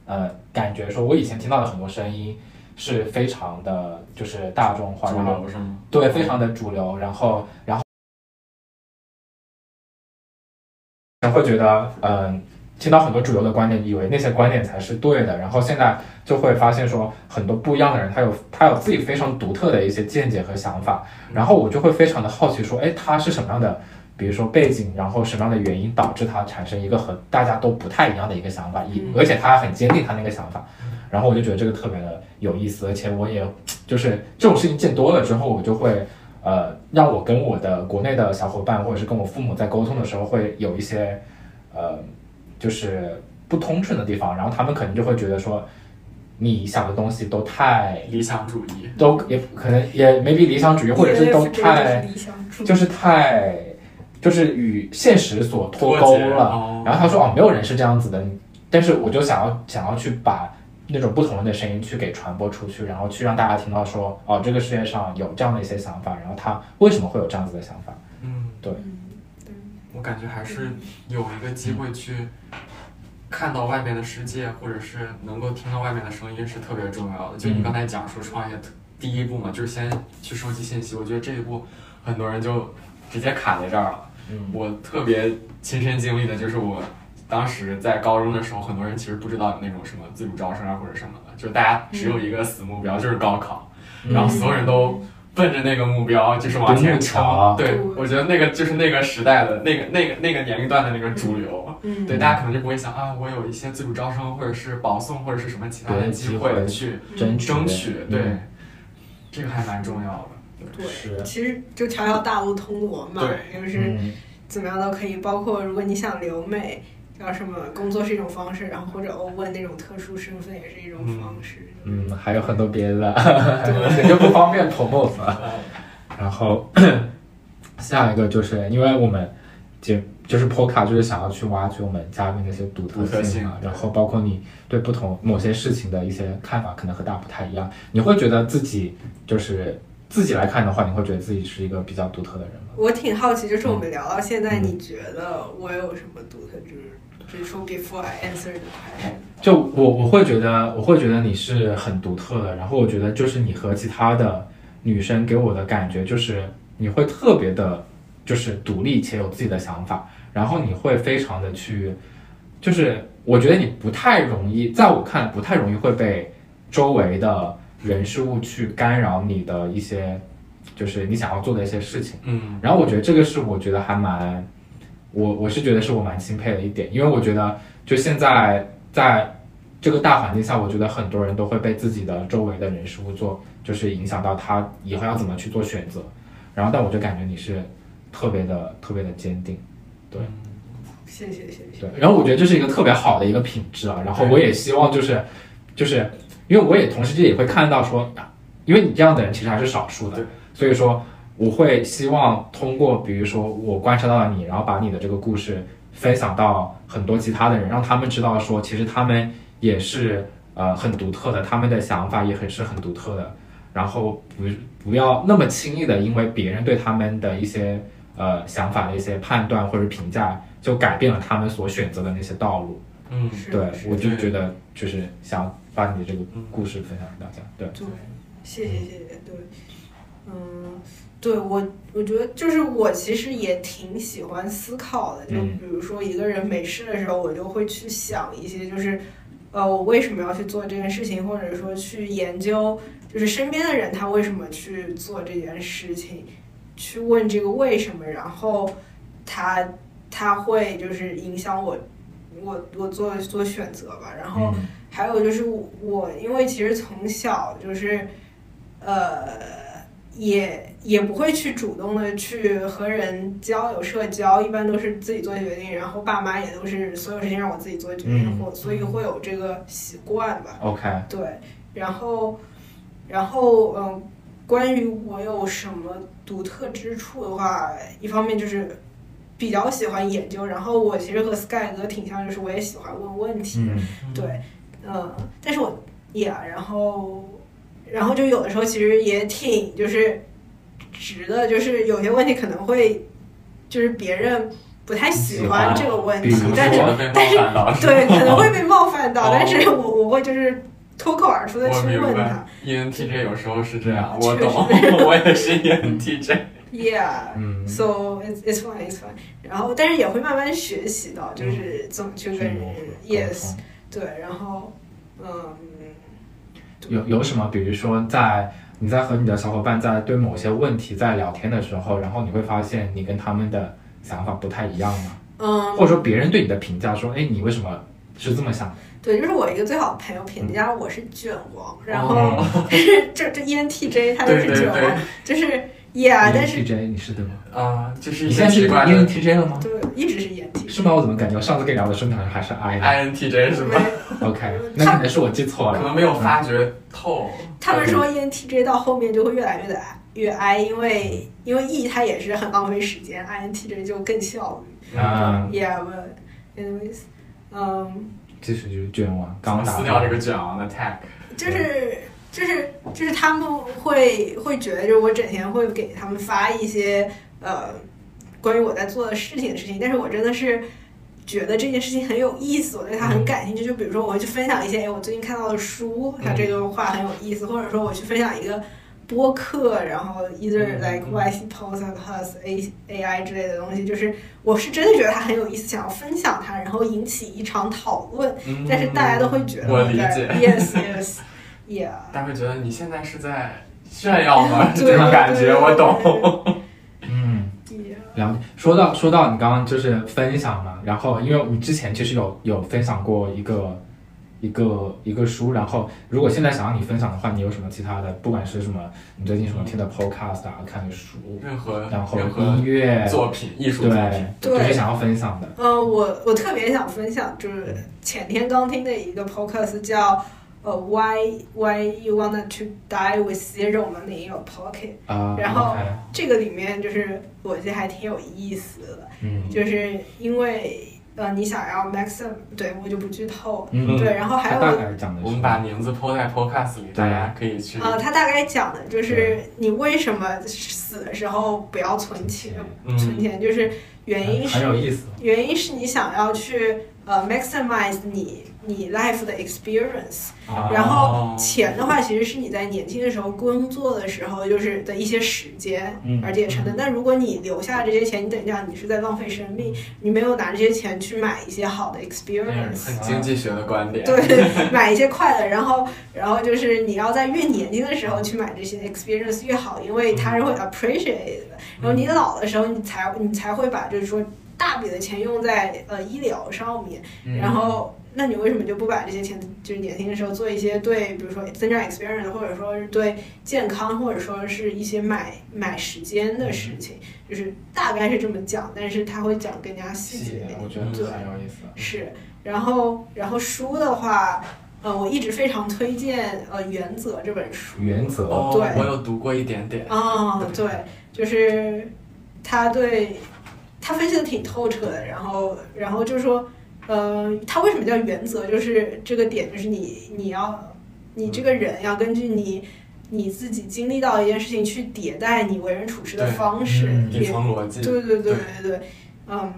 B: 呃感觉说，我以前听到的很多声音是非常的就是大众化，
A: 主
B: 然后
A: 流是吗？
B: 对，非常的主流。然后，然后，然后会觉得，嗯，听到很多主流的观点，以为那些观点才是对的。然后现在就会发现说，很多不一样的人，他有他有自己非常独特的一些见解和想法。然后我就会非常的好奇说，哎，他是什么样的？比如说背景，然后什么样的原因导致他产生一个和大家都不太一样的一个想法，以
C: 嗯
B: 而且他很坚定他那个想法，然后我就觉得这个特别的有意思，而且我也就是这种事情见多了之后，我就会呃，让我跟我的国内的小伙伴或者是跟我父母在沟通的时候，会有一些呃，就是不通顺的地方，然后他们可能就会觉得说，你想的东西都太
A: 理想主义，
B: 都也可能也 maybe 理想主义，或者是都
C: ENFJ
B: 太
C: 就是理想主义
B: 就是太就是与现实所脱钩
A: 节
B: 了。
A: 哦
B: 然后他说哦，没有人是这样子的，但是我就想要想要去把那种不同人的声音去给传播出去，然后去让大家听到说哦，这个世界上有这样的一些想法，然后他为什么会有这样子的想法？
A: 嗯，
C: 嗯对
A: 我感觉还是有一个机会去看到外面的世界，或者是能够听到外面的声音是特别重要的。就你刚才讲说创业特第一步嘛，就是先去收集信息，我觉得这一步很多人就直接卡在这儿了。
B: 嗯
A: 我特别亲身经历的就是我当时在高中的时候，很多人其实不知道有那种什么自主招生啊或者什么的，就是大家只有一个死目标，就是高考，然后
C: 嗯
A: 所有人都奔着那个目标就是往前冲。
B: 独
A: 对
C: 木桥，
A: 我觉得那个就是那个时代的那个那个那个年龄段的那个主流。
C: 嗯
A: 对，大家可能就不会想啊，我有一些自主招生或者是保送或者是什么其他的机
B: 对
A: 会
B: 机
A: 去
C: 嗯
B: 争取
A: 争取。对
B: 嗯，
A: 这个还蛮重要的。
C: 对
B: 是
C: 其实就条条大路通罗马，
A: 对
C: 就是。
B: 嗯
C: 怎么样都可以，包括如果你想留美，叫什么工作是一种方式，然后或者欧问那种特殊身份也是一种方式。
B: 嗯，还有很多别的， 也就不方便 promote 了。然后 下一个就是因为我们就就是 Poca 就是想要去挖掘我们嘉宾的一些独特
A: 独特性
B: 啊，
A: 对
B: 然后包括你对不同某些事情的一些看法可能和大家不太一样，你会觉得自己就是自己来看的话，你会觉得自己是一个比较独特的人吗？
C: 我挺好奇，就是我们聊到现在，
B: 嗯
C: 你觉得我有什么独特之之处？Before I answer the question，
B: 就我我会觉得我会觉得你是很独特的，然后我觉得就是你和其他的女生给我的感觉就是你会特别的，就是独立且有自己的想法，然后你会非常的去，就是我觉得你不太容易，在我看来不太容易会被周围的人事物去干扰你的一些，就是你想要做的一些事情。
A: 嗯，
B: 然后我觉得这个是我觉得还蛮，我我是觉得是我蛮钦佩的一点，因为我觉得就现在在这个大环境下，我觉得很多人都会被自己的周围的人事物做，就是影响到他以后要怎么去做选择。然后，但我就感觉你是特别的特别的坚定，对
C: 谢谢谢谢。
B: 对。然后我觉得这是一个特别好的一个品质啊。然后我也希望就是就是因为我也同时间也会看到说，啊因为你这样的人其实还是少数的
A: 对，
B: 所以说我会希望通过比如说我观察到了你，然后把你的这个故事分享到很多其他的人，让他们知道说其实他们也是呃很独特的，他们的想法也很是很独特的，然后不不要那么轻易的因为别人对他们的一些呃想法的一些判断或者评价，就改变了他们所选择的那些道路。
A: 嗯，
C: 是
B: 对，
C: 是
B: 我就
A: 对
B: 觉得就是想把你的这个故事分享给大家。对，
C: 对，谢谢谢谢，对，嗯，对我，我觉得就是我其实也挺喜欢思考的，就
D: 嗯
C: 比如说一个人没事的时候，我就会去想一些，就是呃，我为什么要去做这件事情，或者说去研究，就是身边的人他为什么去做这件事情，去问这个为什么，然后他他会就是影响我，我我做做选择吧，然后。
D: 嗯
C: 还有就是我我，因为其实从小就是，呃，也也不会去主动的去和人交友社交，一般都是自己做决定，然后爸妈也都是所有事情让我自己做决定，
D: 嗯
C: 或、所以会有这个习惯吧。
D: ，OK，
C: 对，然后，然后嗯，关于我有什么独特之处的话，一方面就是比较喜欢研究，然后我其实和 Sky 哥挺像，就是我也喜欢问问题。
D: 嗯
C: 对，嗯，但是我也然后然后就有的时候其实也挺就是直的，就是有些问题可能会就是别人不太喜欢这个问
B: 比
C: 题
B: 如说，
C: 但是
A: 我被冒犯到了，
C: 对 可能会被冒犯到，
A: 哦
C: 但是我我会就是脱口而出的
A: 我
C: 去
A: 明
C: 问
A: 白，E
C: 他
A: ENTJ 有时候是这样，
C: 确
A: 我
C: 实
A: 懂，我也是 E ENTJ。
C: ，Yeah。
B: 嗯，
C: So it's it's fine, it's fine. 然后，但是也会慢慢学习到，就是怎么去跟人、yes，对，然后，嗯，
B: 有有什么？比如说在你在和你的小伙伴在对某些问题在聊天的时候，然后你会发现你跟他们的想法不太一样吗？
C: 嗯，
B: 或者说别人对你的评价说，哎，你为什么是这么想的？
C: 对，就是我一个最好的朋友评价我是卷王，然后
A: 哦
C: 这这 E ENTJ 他就
A: 对
C: 是
A: 对
C: 卷王
A: 对，，嗯
C: 就是 Yeah，但啊是嗯
B: ENTJ 你是的吗？
A: 啊，就是
B: 你
A: 一些
B: 现在
A: 奇
B: 是 E
A: 怪的
B: ENTJ 了吗？
C: 对一直是 E ENTJ，
B: 是吗？我怎么感觉我上次跟你聊的时候你好像还是 I 呢
A: INTJ 是
C: 因
A: 吧
C: 为？
B: OK，那 可能是我记错
A: 可
B: 了，
A: 能没有发掘透。
C: 他们说 E ENTJ 到后面就会越来越的越 I，因为因为 E 它也是很浪费时间，INTJ 就更效
B: 啊、
C: 率，Yeah，but anyways，嗯。
B: 其实就是卷王
A: 我
B: 刚
A: 们
B: 打
A: 撕掉这个卷王的 tag。
C: 就是就是就是他们会会觉得，就是我整天会给他们发一些呃关于我在做的事情的事情，但是我真的是觉得这件事情很有意思，我对它
A: 嗯
C: 很感兴趣。就比如说，我会去分享一些哎我最近看到的书，它
A: 嗯
C: 这个话很有意思，或者说我去分享一个。播客，然后 either
A: 嗯
C: like YC Post and Plus A A I 之类的东西，就是我是真的觉得它很有意思，想要分享它，然后引起一场讨论。
A: 嗯
C: 但是大家都会觉得
A: 我理
C: 在
A: 解
C: Yes, yes, yeah。
A: 大家会觉得你现在是在炫耀 吗？
C: 对
A: 这种感觉我懂。。
B: 嗯。
C: 对对 yeah
B: 了解，说到说到你刚刚就是分享嘛，然后因为你之前其实有有分享过一个一个一个书，然后如果现在想让你分享的话，你有什么其他的，不管是什么你最近什么听的 podcast 啊，看的书，
A: 任何
B: 然后
A: 任
B: 音
A: 何
B: 乐，
A: 作品、艺术作
B: 对
A: 品，，
C: 对
B: 就是想要分享的，
C: 呃，我我特别想分享，就是前天刚听的一个 podcast 叫呃 Why Why You Wanna to Die with Zero Money in Your Pocket。
B: 啊、
C: 然后
B: OK，
C: 这个里面就是我觉得还挺有意思的，
B: 嗯
C: 就是因为呃你想要 maxim，对我就不剧透了。
B: 嗯，
C: 对，然后还
B: 它
C: 有
B: 大概讲的是，
A: 我们把名字 po 在 podcast 里，大家可以去。
C: 呃，他大概讲的就是你为什么死的时候不要存钱，存
A: 嗯，
C: 钱就是原因
B: 很
C: 是
B: 有意思，
C: 原因是你想要去呃 maximize 你你 life 的 experience，
B: 啊
C: 然后
A: 哦
C: 钱的话其实是你在年轻的时候工作的时候就是的一些时间
B: 嗯
C: 而且成的。但如果你留下这些钱，你等于讲你是在浪费生命，你没有拿这些钱去买一些好的 experience。
A: 很经济学的观 点。
C: 对，买一些快乐，然后，然后就是你要在越年轻的时候去买这些 experience 越好，因为他是会 appreciate 的。然后你老的时候，你才你才会把就是说大笔的钱用在呃医疗上面。
B: 嗯
C: 然后，那你为什么就不把这些钱就是年轻的时候做一些对，比如说增长 experience，或者说是对健康，或者说是一些买买时间的事情，就是大概是这么讲，但是他会讲更加细节
B: 细
C: 一
B: 节
C: 点。
B: 我觉得
A: 对
B: 很有意思，
C: 是，然后然后书的话，呃，我一直非常推荐呃《原则》这本书。
B: 原则，
A: 哦，
C: 对
A: 我有读过一点点。
C: 啊、对，就是他对他分析的挺透彻的，然后然后就是说，呃，他为什么叫原则？就是这个点，就是你你要你这个人要根据你。你自己经历到的一件事情，去迭代你为人处事的
A: 对
C: 方式，
B: 嗯
C: 也
A: 底层逻辑，
C: 对对对
A: 对
C: 对对，嗯，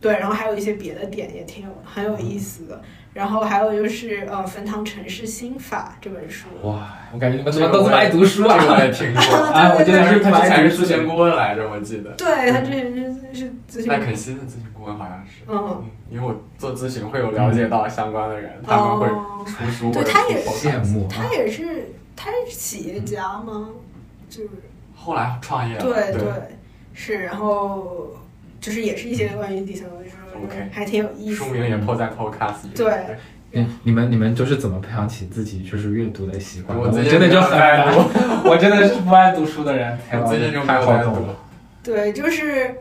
C: 对，然后还有一些别的点也挺有很有意思的。然后还有就是呃，《冯唐城市心法》这本书，
B: 哇，我感觉你们怎么都这么爱读书
A: 这
B: 啊？
A: 个我也听 过，
B: 啊，我觉得
A: 但
B: 还
A: 是
B: 是
A: 他
B: 他
A: 之前
B: 前
A: 是
B: 是
A: 咨询顾问来着，我记得。
C: 对他之前是是咨询
A: 麦，肯锡的咨询顾问好像是，
C: 嗯，
A: 嗯因为我做咨询会有了解到相关的人，他们会
C: 哦，
A: 出书
C: 对
A: 或者
C: 他也
A: 出
B: 羡
A: podcast
B: 慕啊，
C: 他也是他是企业家吗？就是
A: 后来创业了，
C: 对
A: 对，
C: 是，然后就是也是一些关于底层文说
A: OK
C: 还挺有意思嗯
A: 书。名也破在 podcast 里。
C: 对，
B: 嗯，你们你们就是怎么培养起自己就是阅读的习惯？
A: 我
B: 我
A: 最近
B: 真的就很
A: 没有在
B: 难，我真的是不爱读书的人。
A: 我最近就没
B: 太
A: 有
B: 好
A: 在
B: 懂
A: 读
B: 了。。
C: 对，就是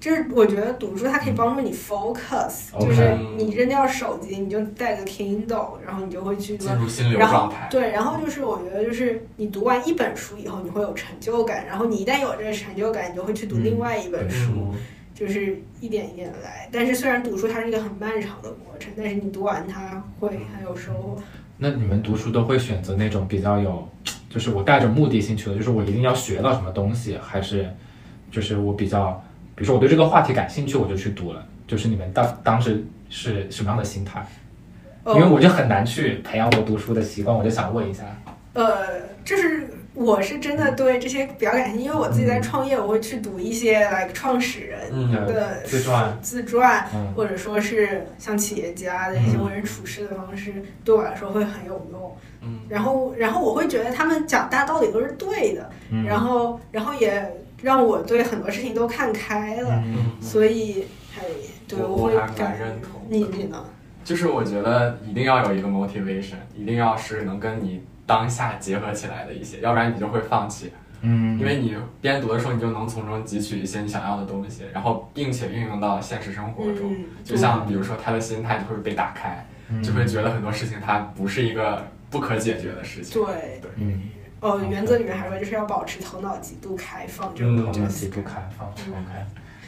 C: 就是，我觉得读书它可以帮助你 focus，、
B: 嗯 OK
C: 就是你扔掉手机，你就带个 Kindle，然后你就会去做
A: 进。入心流
C: 然后
A: 状态，
C: 对，然后就是我觉得就是你读完一本书以后，你会有成就感，然后你一旦有这个成就感，你就会去读另外一本
B: 嗯
C: 书，
A: 书
C: 就是一点一点的来。但是虽然读书它是一个很漫长的过程，但是你读完它会很有收获。
B: 那你们读书都会选择那种比较有，就是我带着目的性去的，就是我一定要学到什么东西，还是就是我比较，比如说我对这个话题感兴趣，我就去读了。就是你们当当时是什么样的心态？
C: 呃
B: 因为我就很难去培养我读书的习惯，我就想问一下。
C: 呃，就是我是真的对这些比较感兴趣，因为我自
B: 嗯
C: 己在创业，我会去读一些 like 创始人
A: 嗯，
C: 的
B: 自传，
C: 自传，
B: 嗯
C: 或者说是像企业家的一些
B: 嗯
C: 为人处事的方式，对我来说会很有用。
A: 嗯，
C: 然后，然后我会觉得他们讲大道理都是对的，
B: 嗯，
C: 然后，然后也让我对很多事情都看开了，
B: 嗯
C: 所以还对
A: 我
C: 会
A: 我还蛮
C: 感
A: 认同
C: 你你呢？
A: 就是我觉得一定要有一个 motivation，一定要是能跟你当下结合起来的一些，要不然你就会放弃。
B: 嗯，
A: 因为你边读的时候，你就能从中汲取一些你想要的东西，然后并且运用到现实生活中。
C: 嗯，
A: 就像比如说，他的心态就会被打开，
B: 嗯
A: 就会觉得很多事情它不是一个不可解决的事情。
C: 对，
B: 嗯，
C: 呃，原则里面还说就是要保持头脑极度开放这种
A: 嗯
B: 我
C: 东西。
B: 们极度开放。
C: 嗯
B: OK，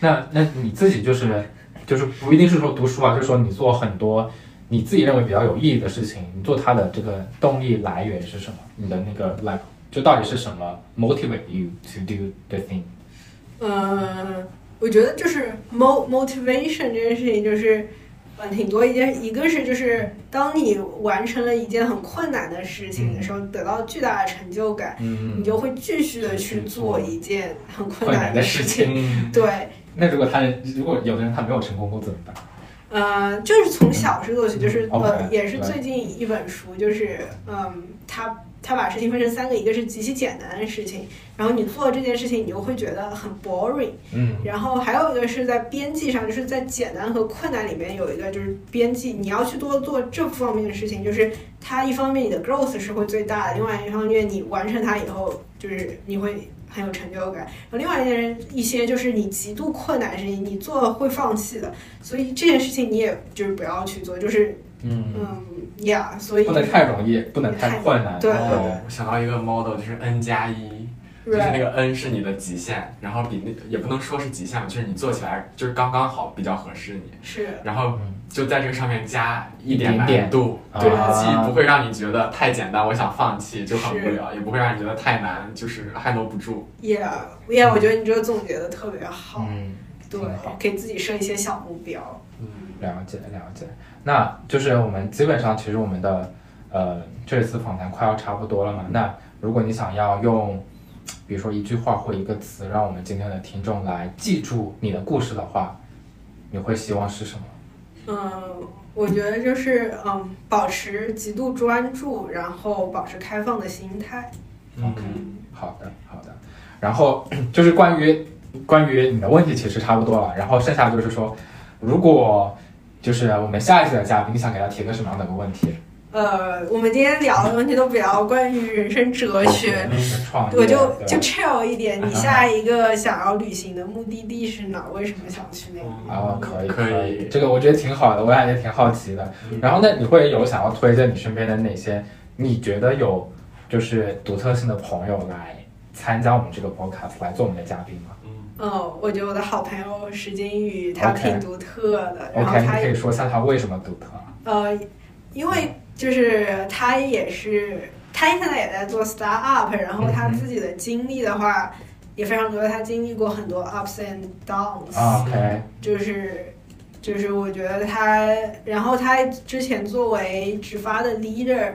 B: 那那你自己就是就是不一定是说读书啊，就是说你做很多你自己认为比较有意义的事情，你做它的这个动力来源是什么？你的那个 like 就到底是什么 motivate you to do the thing？
C: 呃，我觉得就是 mo motivation 这件事情，就是呃挺多一件，一个是就是当你完成了一件很困难的事情的时候，得到巨大的成就感，你
B: 嗯，
C: 就会继续的去做一件很困难的事情。
A: 嗯，
C: 对，
B: 那如果他如果有的人他没有成功过怎么办？
C: 呃，就是从小事做起，就是
B: 嗯
C: 呃，
B: OK，
C: 也是最近一本书，就是嗯，他他把事情分成三个，一个是极其简单的事情，然后你做这件事情，你就会觉得很 boring。
B: 嗯
C: 然后还有一个是在边际上，就是在简单和困难里面有一个就是边际，你要去多做这方面的事情，就是它一方面你的 growth 是会最大的，另外一方面你完成它以后，就是你会很有成就感。然后另外一件一些就是你极度困难的事情，你做了会放弃的，所以这件事情你也就是不要去做，就是
B: 嗯，
C: 嗯呀所以
B: 不能太容易，不能太困难。
C: 对
A: 哦，我想到一个 model，就是 n 加一。就是那个 n 是你的极限，然后比那也不能说是极限吧，就是你做起来就是刚刚好，比较合适你。
C: 是
A: 然后就在这个上面加一
B: 嗯一
A: 点
B: 点点
A: 难度，
B: 啊
A: 对，既不会让你觉得太简单，我想放弃就很
C: 是
A: 无聊，也不会让你觉得太难，就是撼动不住。
C: 也也，我觉得你这个总结的特别好，
B: 嗯，
C: 对
B: 挺好，
C: 给自己设一些小目标。
B: 了解了解，那就是我们基本上其实我们的呃这次访谈快要差不多了嘛。那如果你想要用，比如说一句话或一个词，让我们今天的听众来记住你的故事的话，你会希望是什么？
C: 嗯，我觉得就是嗯，保持极度专注，然后保持开放的心态。
A: 嗯
B: OK 好的好的，然后就是关于关于你的问题其实差不多了，然后剩下就是说，如果就是我们下一期的嘉宾，你想给他提个什么样的个问题？
C: 呃，我们今天聊的问题都比较关于人生哲学，
B: 创业，
C: 我就
B: 对吧
C: 就 chill 一点。你下一个想要旅行的目的地是哪？为什么想去那里？
B: 啊，可以
A: 可以
B: 这个我觉得挺好的，我感觉挺好奇的。然后那你会有想要推荐你身边的哪些你觉得有就是独特性的朋友来参加我们这个 podcast 来做我们的嘉宾吗
C: 嗯，我觉得我的好朋友石金宇，他
B: OK
C: 挺独特的然后
B: ？OK，你
C: 他
B: 可以
C: 也
B: 说一下他为什么独特吗？
C: 呃，因为就是他也是，他现在也在做 start up，然后他
B: 嗯哼
C: 自己的经历的话
B: 啊
C: 也非常多，他经历过很多 ups and downs，、
B: 啊，OK，
C: 就是就是我觉得他，然后他之前作为直发的 leader，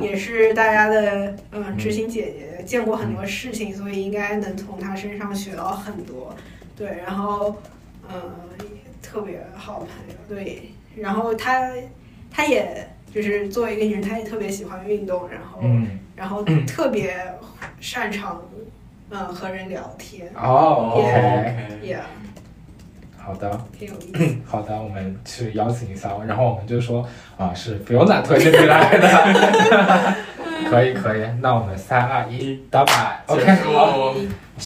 C: 也是大家的嗯执行姐姐，见过很多事情，所以应该能从他身上学到很多。对，然后嗯，特别好朋友，对，然后他他也就是作为一个女人，她也特别喜欢运动，然后、
B: 嗯，
C: 然后特别擅长嗯和人聊天，
B: 哦，OK，
A: OK，
C: 也、
B: 好的。
C: 挺有意思。
B: 好的，我们去邀请一下，然后我们就说啊，是不用再推荐你来的。 可以可以，那我们三二一，打板
A: 结
B: ，OK，
A: 束
B: 好。